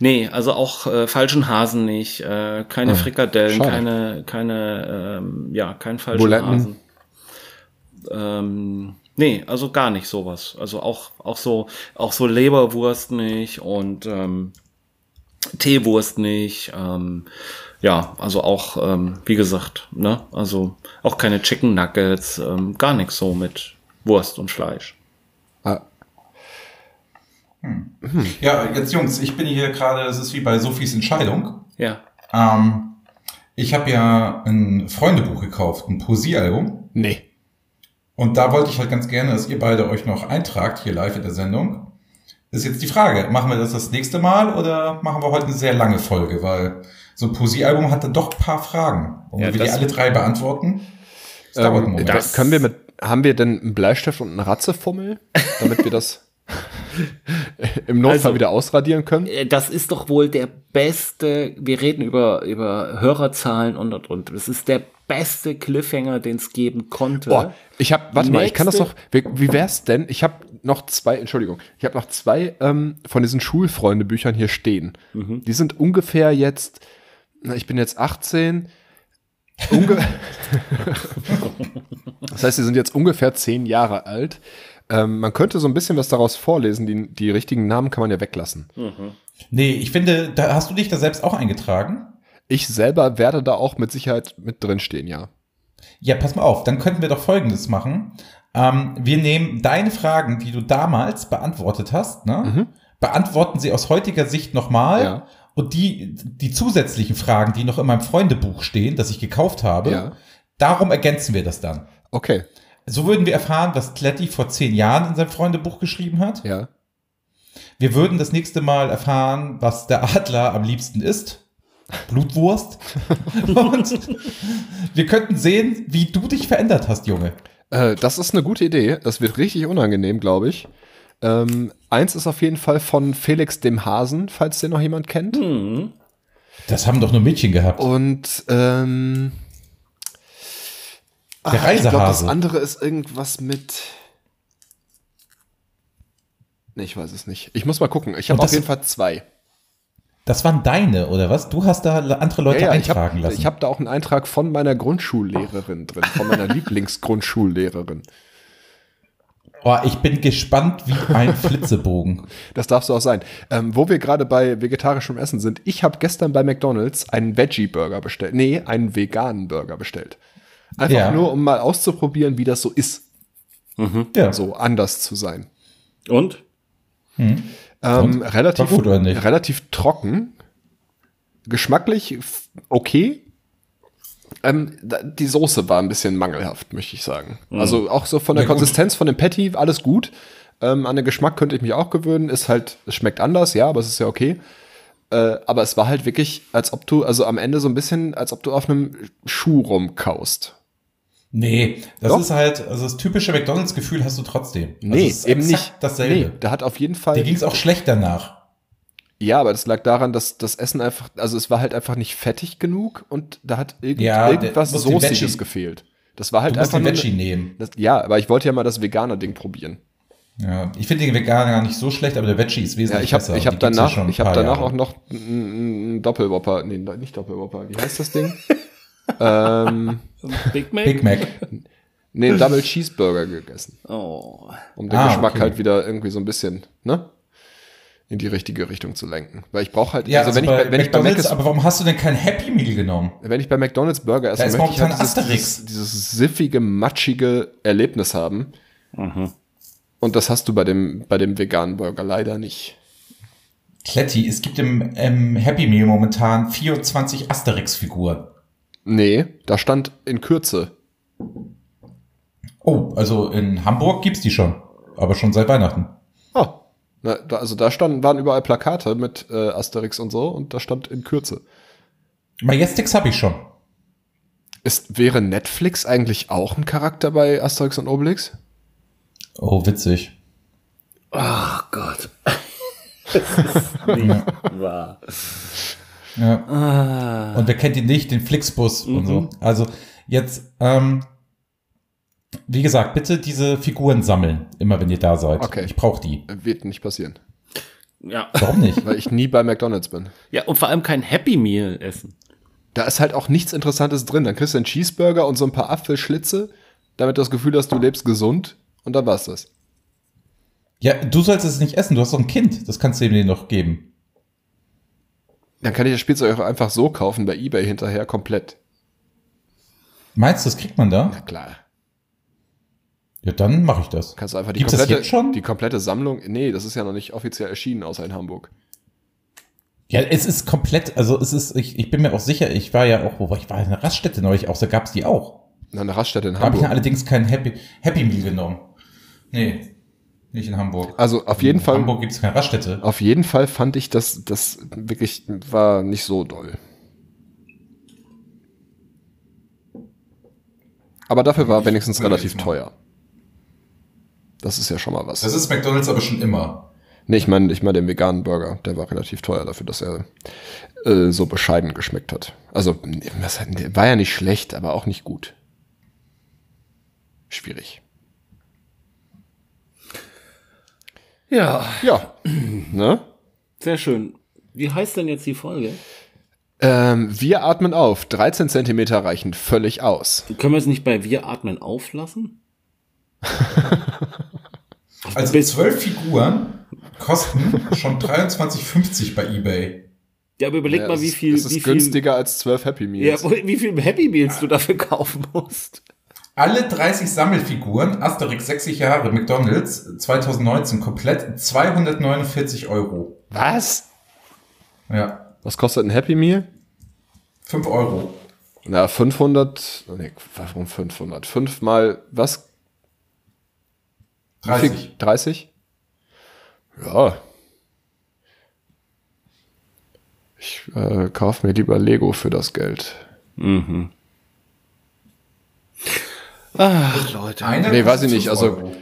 S3: Nee, also auch äh, falschen Hasen nicht, äh, keine Frikadellen,
S4: Ah, schade.
S3: keine, keine, ähm, ja, kein falschen
S4: Buletten.
S3: Hasen. Ähm, nee, also gar nicht sowas. Also auch, auch so, auch so Leberwurst nicht und ähm, Teewurst nicht. Ähm, ja, also auch, ähm, wie gesagt, ne, also auch keine Chicken Nuggets, ähm, gar nichts so mit Wurst und Fleisch.
S4: Ah,
S2: Ja, jetzt Jungs, ich bin hier gerade, es ist wie bei Sophies Entscheidung.
S3: Ja.
S2: Ähm, ich habe ja ein Freundebuch gekauft, ein Poesiealbum.
S4: nee.
S2: Und da wollte ich halt ganz gerne, dass ihr beide euch noch eintragt, hier live in der Sendung. Ist jetzt die Frage, machen wir das das nächste Mal oder machen wir heute eine sehr lange Folge? Weil so ein Poesiealbum hat dann doch ein paar Fragen. Und
S3: Ja,
S2: wenn wir die
S3: das-
S2: alle drei beantworten, das dauert einen
S4: Ähm,
S2: Moment.
S4: da
S3: Das-
S4: können wir mit, haben wir denn einen Bleistift und einen Ratzefummel, damit wir das im Notfall
S3: Also-
S4: wieder ausradieren können?
S3: Äh, das ist doch wohl der beste, wir reden über, über Hörerzahlen und, und, und. Das ist der beste Cliffhanger, den es geben konnte.
S4: Boah, ich habe, warte mal, ich kann das
S3: Nächste-
S4: noch. Wie, wie wär's denn? Ich habe noch zwei, Entschuldigung, ich habe noch zwei ähm, von diesen Schulfreunde-Büchern hier stehen.
S3: Mhm.
S4: Die sind ungefähr jetzt, na, ich bin jetzt 18. Unge das heißt, die sind jetzt ungefähr zehn Jahre alt. Ähm, man könnte so ein bisschen was daraus vorlesen. Die, die
S3: Mhm.
S4: richtigen Namen kann man ja weglassen.
S2: Nee, ich finde, da hast du dich da selbst auch eingetragen.
S4: Ich selber werde da auch mit Sicherheit mit drinstehen, ja.
S2: Ja, pass mal auf, dann könnten wir doch Folgendes machen. Ähm, wir nehmen deine Fragen, die du damals beantwortet hast, ne?
S4: Mhm.
S2: beantworten sie aus heutiger Sicht nochmal.
S4: Ja.
S2: Und die, die zusätzlichen Fragen, die noch in meinem Freundebuch stehen, das ich gekauft habe,
S4: Ja.
S2: darum ergänzen wir das dann.
S4: Okay,
S2: So würden wir erfahren, was Kletti vor zehn Jahren in seinem Freundebuch geschrieben hat.
S4: ja.
S2: Wir würden das nächste Mal erfahren, was der Adler am liebsten isst. Blutwurst. Und wir könnten sehen, wie du dich verändert hast, Junge.
S4: Äh, das ist eine gute Idee. Das wird richtig unangenehm, glaube ich. Ähm, eins ist auf jeden Fall von Felix dem Hasen, falls den noch jemand kennt.
S3: Mhm.
S2: Das haben doch nur Mädchen gehabt.
S4: Und ähm,
S2: Der
S4: ah, Ich glaube, das
S2: Reisehase.
S4: andere ist irgendwas mit. Nee, ich weiß es nicht. Ich muss mal gucken. Ich habe
S2: Und
S4: auf
S2: das-
S4: jeden Fall zwei.
S2: Das waren deine, oder was? Du hast da andere Leute
S4: ich habe
S2: eintragen lassen.
S4: hab da auch einen Eintrag von meiner Grundschullehrerin drin, von meiner Lieblingsgrundschullehrerin.
S2: oh, ich bin gespannt wie ein Flitzebogen.
S4: Das darf so auch sein. Ähm, wo wir gerade bei vegetarischem Essen sind, ich habe gestern bei McDonalds einen Veggie-Burger bestellt. Nee, einen veganen Burger bestellt. Einfach
S2: Ja.
S4: nur, um mal auszuprobieren, wie das so ist,
S2: Ja,
S4: so anders zu sein.
S3: Und?
S4: Ähm, relativ,
S2: War gut, oder nicht?
S4: relativ trocken. Geschmacklich f- okay. Ähm, da- die Soße war ein bisschen mangelhaft, möchte ich sagen. Also auch so von der
S2: Mhm. Ja, gut.
S4: Konsistenz von dem Patty alles gut. Ähm, an den Geschmack könnte ich mich auch gewöhnen. Ist halt, es schmeckt anders, ja, aber es ist ja okay. Äh, aber es war halt wirklich, als ob du, also am Ende so ein bisschen, als ob du auf einem Schuh rumkaust.
S2: Nee, das
S4: Doch.
S2: ist halt, also das typische McDonalds-Gefühl hast du trotzdem.
S4: Nee,
S2: also es ist
S4: eben
S2: exakt
S4: nicht.
S2: Dasselbe.
S4: da hat auf jeden Fall.
S2: Dir ging es auch schlecht danach.
S4: Ja, aber das lag daran, dass das Essen einfach, also es war halt einfach nicht fettig genug und da hat irgend,
S2: Ja, der-
S4: irgendwas
S2: muss den
S4: Soßiges
S2: Veggie-
S4: gefehlt. Das war halt
S2: Du musst
S4: einfach.
S2: den
S4: nur
S2: Veggie
S4: eine-
S2: nehmen.
S4: das, ja, aber ich wollte ja mal das Veganer-Ding probieren.
S2: Ja, ich finde den Veganer gar nicht so schlecht, aber der Veggie ist
S4: Ja,
S2: wesentlich
S4: ich habe
S2: besser.
S4: ich
S2: Die
S4: hab
S2: gibt's ja
S4: danach,
S2: schon ein
S4: ich hab
S2: paar
S4: danach
S2: Jahre.
S4: auch noch einen Doppelwopper. Nee, nicht Doppelwopper. Wie heißt das Ding?
S3: Big Mac?
S2: Big
S4: Also
S2: Mac.
S4: nee, einen Double Cheeseburger gegessen.
S3: Oh.
S4: Um den
S2: Ah,
S4: Geschmack
S2: okay.
S4: halt wieder irgendwie so ein bisschen, ne? In die richtige Richtung zu lenken. Weil ich brauche halt,
S2: Ja,
S4: also wenn ich
S2: bei
S4: bei, wenn ich bei Mac
S2: McDonald's,
S4: ist,
S2: aber warum hast du denn kein Happy Meal genommen?
S4: Wenn ich bei McDonalds Burger esse,
S2: Da ist
S4: möchte ich halt
S2: momentan
S4: dieses,
S2: Asterix.
S4: dieses, dieses siffige, matschige Erlebnis haben.
S2: Mhm.
S4: Und das hast du bei dem, bei dem veganen Burger leider nicht.
S2: Kletti, es gibt im ähm, Happy Meal momentan 24 Asterix-Figuren.
S4: Nee, da stand in Kürze.
S2: Oh, also in Hamburg gibt's die schon. Aber schon seit Weihnachten.
S4: Oh. Na, da, also da standen, waren überall Plakate mit äh, Asterix und so und da stand in Kürze.
S2: Majestix habe ich schon.
S4: Ist, wäre Netflix eigentlich auch ein Charakter bei Asterix und Obelix?
S2: Oh, witzig.
S3: Oh Gott. das ist nicht wahr.
S2: Ja.
S3: Ah.
S2: Und wer kennt ihn nicht? Den Flixbus und so. Also jetzt, ähm, wie gesagt, bitte diese Figuren sammeln, immer wenn ihr da seid.
S4: Okay.
S2: Ich brauche die.
S4: Äh, Wird nicht passieren,
S3: Ja.
S2: Warum nicht?
S4: weil ich nie bei McDonalds bin.
S3: ja, und vor allem kein Happy Meal essen.
S4: Da ist halt auch nichts Interessantes drin. Dann kriegst du einen Cheeseburger und so ein paar Apfelschlitze, damit du das Gefühl hast, du lebst gesund und dann war's das.
S2: Ja, du sollst es nicht essen, du hast doch ein Kind. Das kannst du ihm denen noch geben.
S4: Dann kann ich das Spielzeug auch einfach so kaufen bei Ebay hinterher komplett.
S2: Meinst du, das kriegt man da?
S4: Na klar.
S2: Ja, dann mache ich das.
S4: Kannst du einfach die
S2: Gibt's das
S4: komplette,
S2: jetzt schon?
S4: die komplette Sammlung. Nee, das ist ja noch nicht offiziell erschienen, außer in Hamburg.
S2: Ja, es ist komplett, also es ist, ich, ich bin mir auch sicher, ich war ja auch, wo war ich, ich war in einer Raststätte neulich auch, da gab's die auch.
S4: Na, eine Raststätte in
S2: Da habe ich
S4: Hamburg.
S2: dann allerdings kein Happy, Happy Meal genommen. Nee, nicht in Hamburg.
S4: Also auf jeden
S2: in
S4: Fall,
S2: Hamburg gibt's keine Raststätte.
S4: auf jeden Fall fand ich das, das wirklich war nicht so doll. Aber dafür war wenigstens
S2: google
S4: relativ
S2: jetzt mal.
S4: teuer. Das ist ja schon mal was.
S2: Das ist McDonalds aber schon immer.
S4: Nee, ich meine ich mein den veganen Burger. Der war relativ teuer dafür, dass er äh, so bescheiden geschmeckt hat. Also, nee, was hat, der war ja nicht schlecht, aber auch nicht gut. Schwierig.
S3: Ja.
S4: Ja, ne?
S3: Sehr schön. Wie heißt denn jetzt die Folge?
S4: Ähm, wir atmen auf. 13 Zentimeter reichen völlig aus.
S3: Können wir es nicht bei Wir atmen auflassen?
S2: Also
S3: Bis-
S2: zwölf Figuren kosten schon 23,50 bei eBay.
S3: Ja, aber überleg
S4: Ja,
S3: mal,
S4: es
S3: wie
S4: ist-
S3: viel,
S4: Es ist
S3: wie viel,
S4: günstiger als 12 Happy
S3: ja,
S4: Meals.
S3: wie viel Happy Meals du dafür kaufen musst.
S2: Alle 30 Sammelfiguren, Asterix 60 Jahre, McDonalds, 2019 komplett, 249 Euro.
S4: Was?
S2: Ja,
S4: Was kostet ein Happy Meal?
S2: 5 Euro.
S4: Na, 500. Nee, warum 500? 5 mal was?
S2: 30.
S4: 30? Ja. Ich äh, kaufe mir lieber Lego für das Geld.
S3: Ach, Leute.
S2: Eine
S4: Nee, weiß
S2: kostet
S4: ich nicht,
S2: fünf
S4: also-
S2: Euro.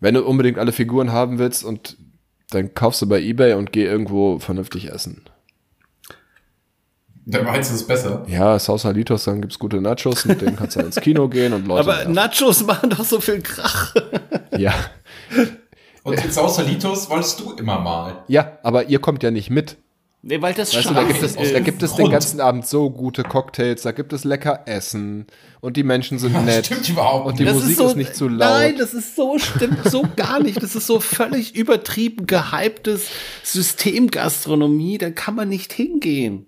S4: Wenn du unbedingt alle Figuren haben willst und dann kaufst du bei Ebay und geh irgendwo vernünftig essen.
S2: Dann meinst du es besser.
S4: Ja, Sausalitos, dann gibt's gute Nachos, mit denen kannst du ins Kino gehen und Leute.
S3: Aber Nachos machen doch so viel Krach.
S4: nerven. ja.
S2: Und jetzt außer Litos wolltest du immer mal.
S4: ja, aber ihr kommt ja nicht mit.
S3: Nee, weil das
S4: Weißt du, da gibt es, da gibt es den ganzen Abend so gute Cocktails, da gibt es lecker Essen und die Menschen sind nett.
S2: Stimmt überhaupt
S4: Und die
S2: nicht.
S3: Das
S4: Musik ist,
S3: so,
S4: nicht zu laut.
S3: Nein, das ist so, stimmt so gar nicht. Das ist so völlig übertrieben gehyptes Systemgastronomie. Da kann man nicht hingehen.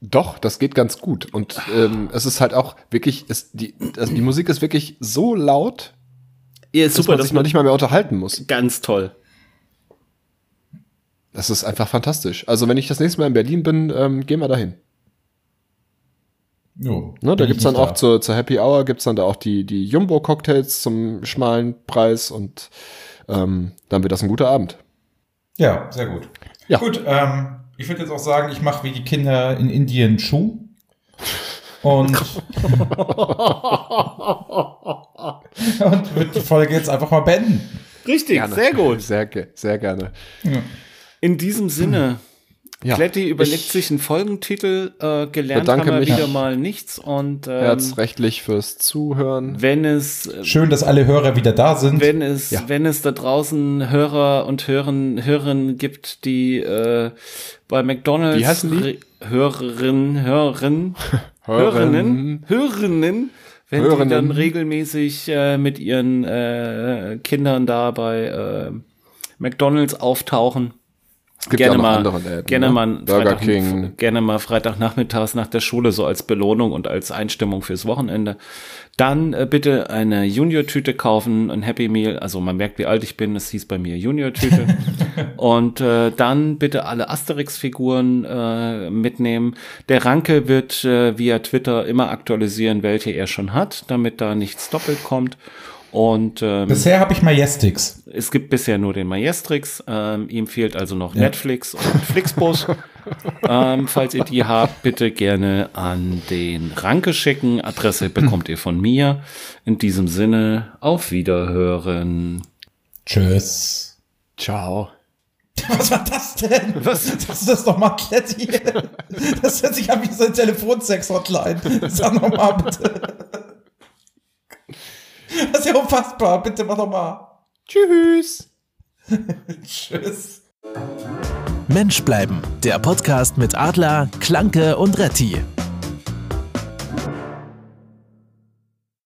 S4: Doch, das geht ganz gut. Und ähm, es ist halt auch wirklich, es, die, also die Musik ist wirklich so laut,
S3: Ja,
S4: dass man sich noch nicht mal mehr unterhalten muss.
S3: ganz toll.
S4: Das ist einfach fantastisch. Also wenn ich das nächste Mal in Berlin bin, ähm, gehen wir dahin.
S2: Jo,
S4: Ne, da
S2: bin ich
S4: gibt's dann
S2: nicht
S4: auch zur, zur Happy Hour, gibt's dann da auch die, die Jumbo-Cocktails zum schmalen Preis und ähm, dann wird das ein guter Abend.
S2: Ja, sehr gut.
S4: Ja.
S2: Gut, ähm, ich würde jetzt auch sagen, ich mache wie die Kinder in Indien Schuh. Und, und würde die Folge jetzt einfach mal beenden.
S3: Richtig, sehr gut.
S4: Sehr, ge- sehr gerne.
S3: In diesem Sinne,
S4: Hm, Ja,
S3: Kletti überlegt
S4: ich-
S3: sich einen Folgentitel. Äh, gelernt
S4: Bedanke
S3: haben wir
S4: mich.
S3: wieder mal nichts. Und ähm,
S4: Herzrechtlich fürs Zuhören.
S3: wenn es
S2: Schön, dass alle Hörer wieder da sind.
S3: Wenn es,
S4: Ja.
S3: wenn es da draußen Hörer und Hören, Hörerinnen gibt, die äh, bei McDonalds
S4: Wie heißen die?
S3: Re- Hörerinnen, Hören, Hörerinnen, Hörerinnen, wenn
S4: Hörerinnen.
S3: die dann regelmäßig äh, mit ihren äh, Kindern da bei äh, McDonalds auftauchen.
S4: Es gibt ja
S3: gerne
S4: auch noch
S3: mal,
S4: andere Läden.
S3: gerne
S4: ne?
S3: mal einen
S4: Burger
S3: Freitag,
S4: King.
S3: gerne mal Freitagnachmittags nach der Schule so als Belohnung und als Einstimmung fürs Wochenende. Dann äh, bitte eine Junior-Tüte kaufen, ein Happy Meal. Also man merkt, wie alt ich bin. Es hieß bei mir Junior-Tüte. und äh, dann bitte alle Asterix-Figuren äh, mitnehmen. Der Ranke wird äh, via Twitter immer aktualisieren, welche er schon hat, damit da nichts doppelt kommt. Und ähm,
S2: Bisher habe ich Majestix.
S3: es gibt bisher nur den Maestrix. Ähm, ihm fehlt also noch Netflix und Flixbus. ähm, falls ihr die habt, bitte gerne an den Ranke schicken. Adresse bekommt ihr von mir. In diesem Sinne, auf Wiederhören.
S2: Tschüss.
S4: Ciao.
S2: Was war das denn? Was? Das ist das nochmal Kletti. Das hört sich an wie so eine Telefonsex-Hotline. Sag nochmal bitte. Das ist ja unfassbar. Bitte mach nochmal.
S4: Tschüss.
S2: Tschüss.
S1: Mensch bleiben, der Podcast mit Adler, Klanke und Retti.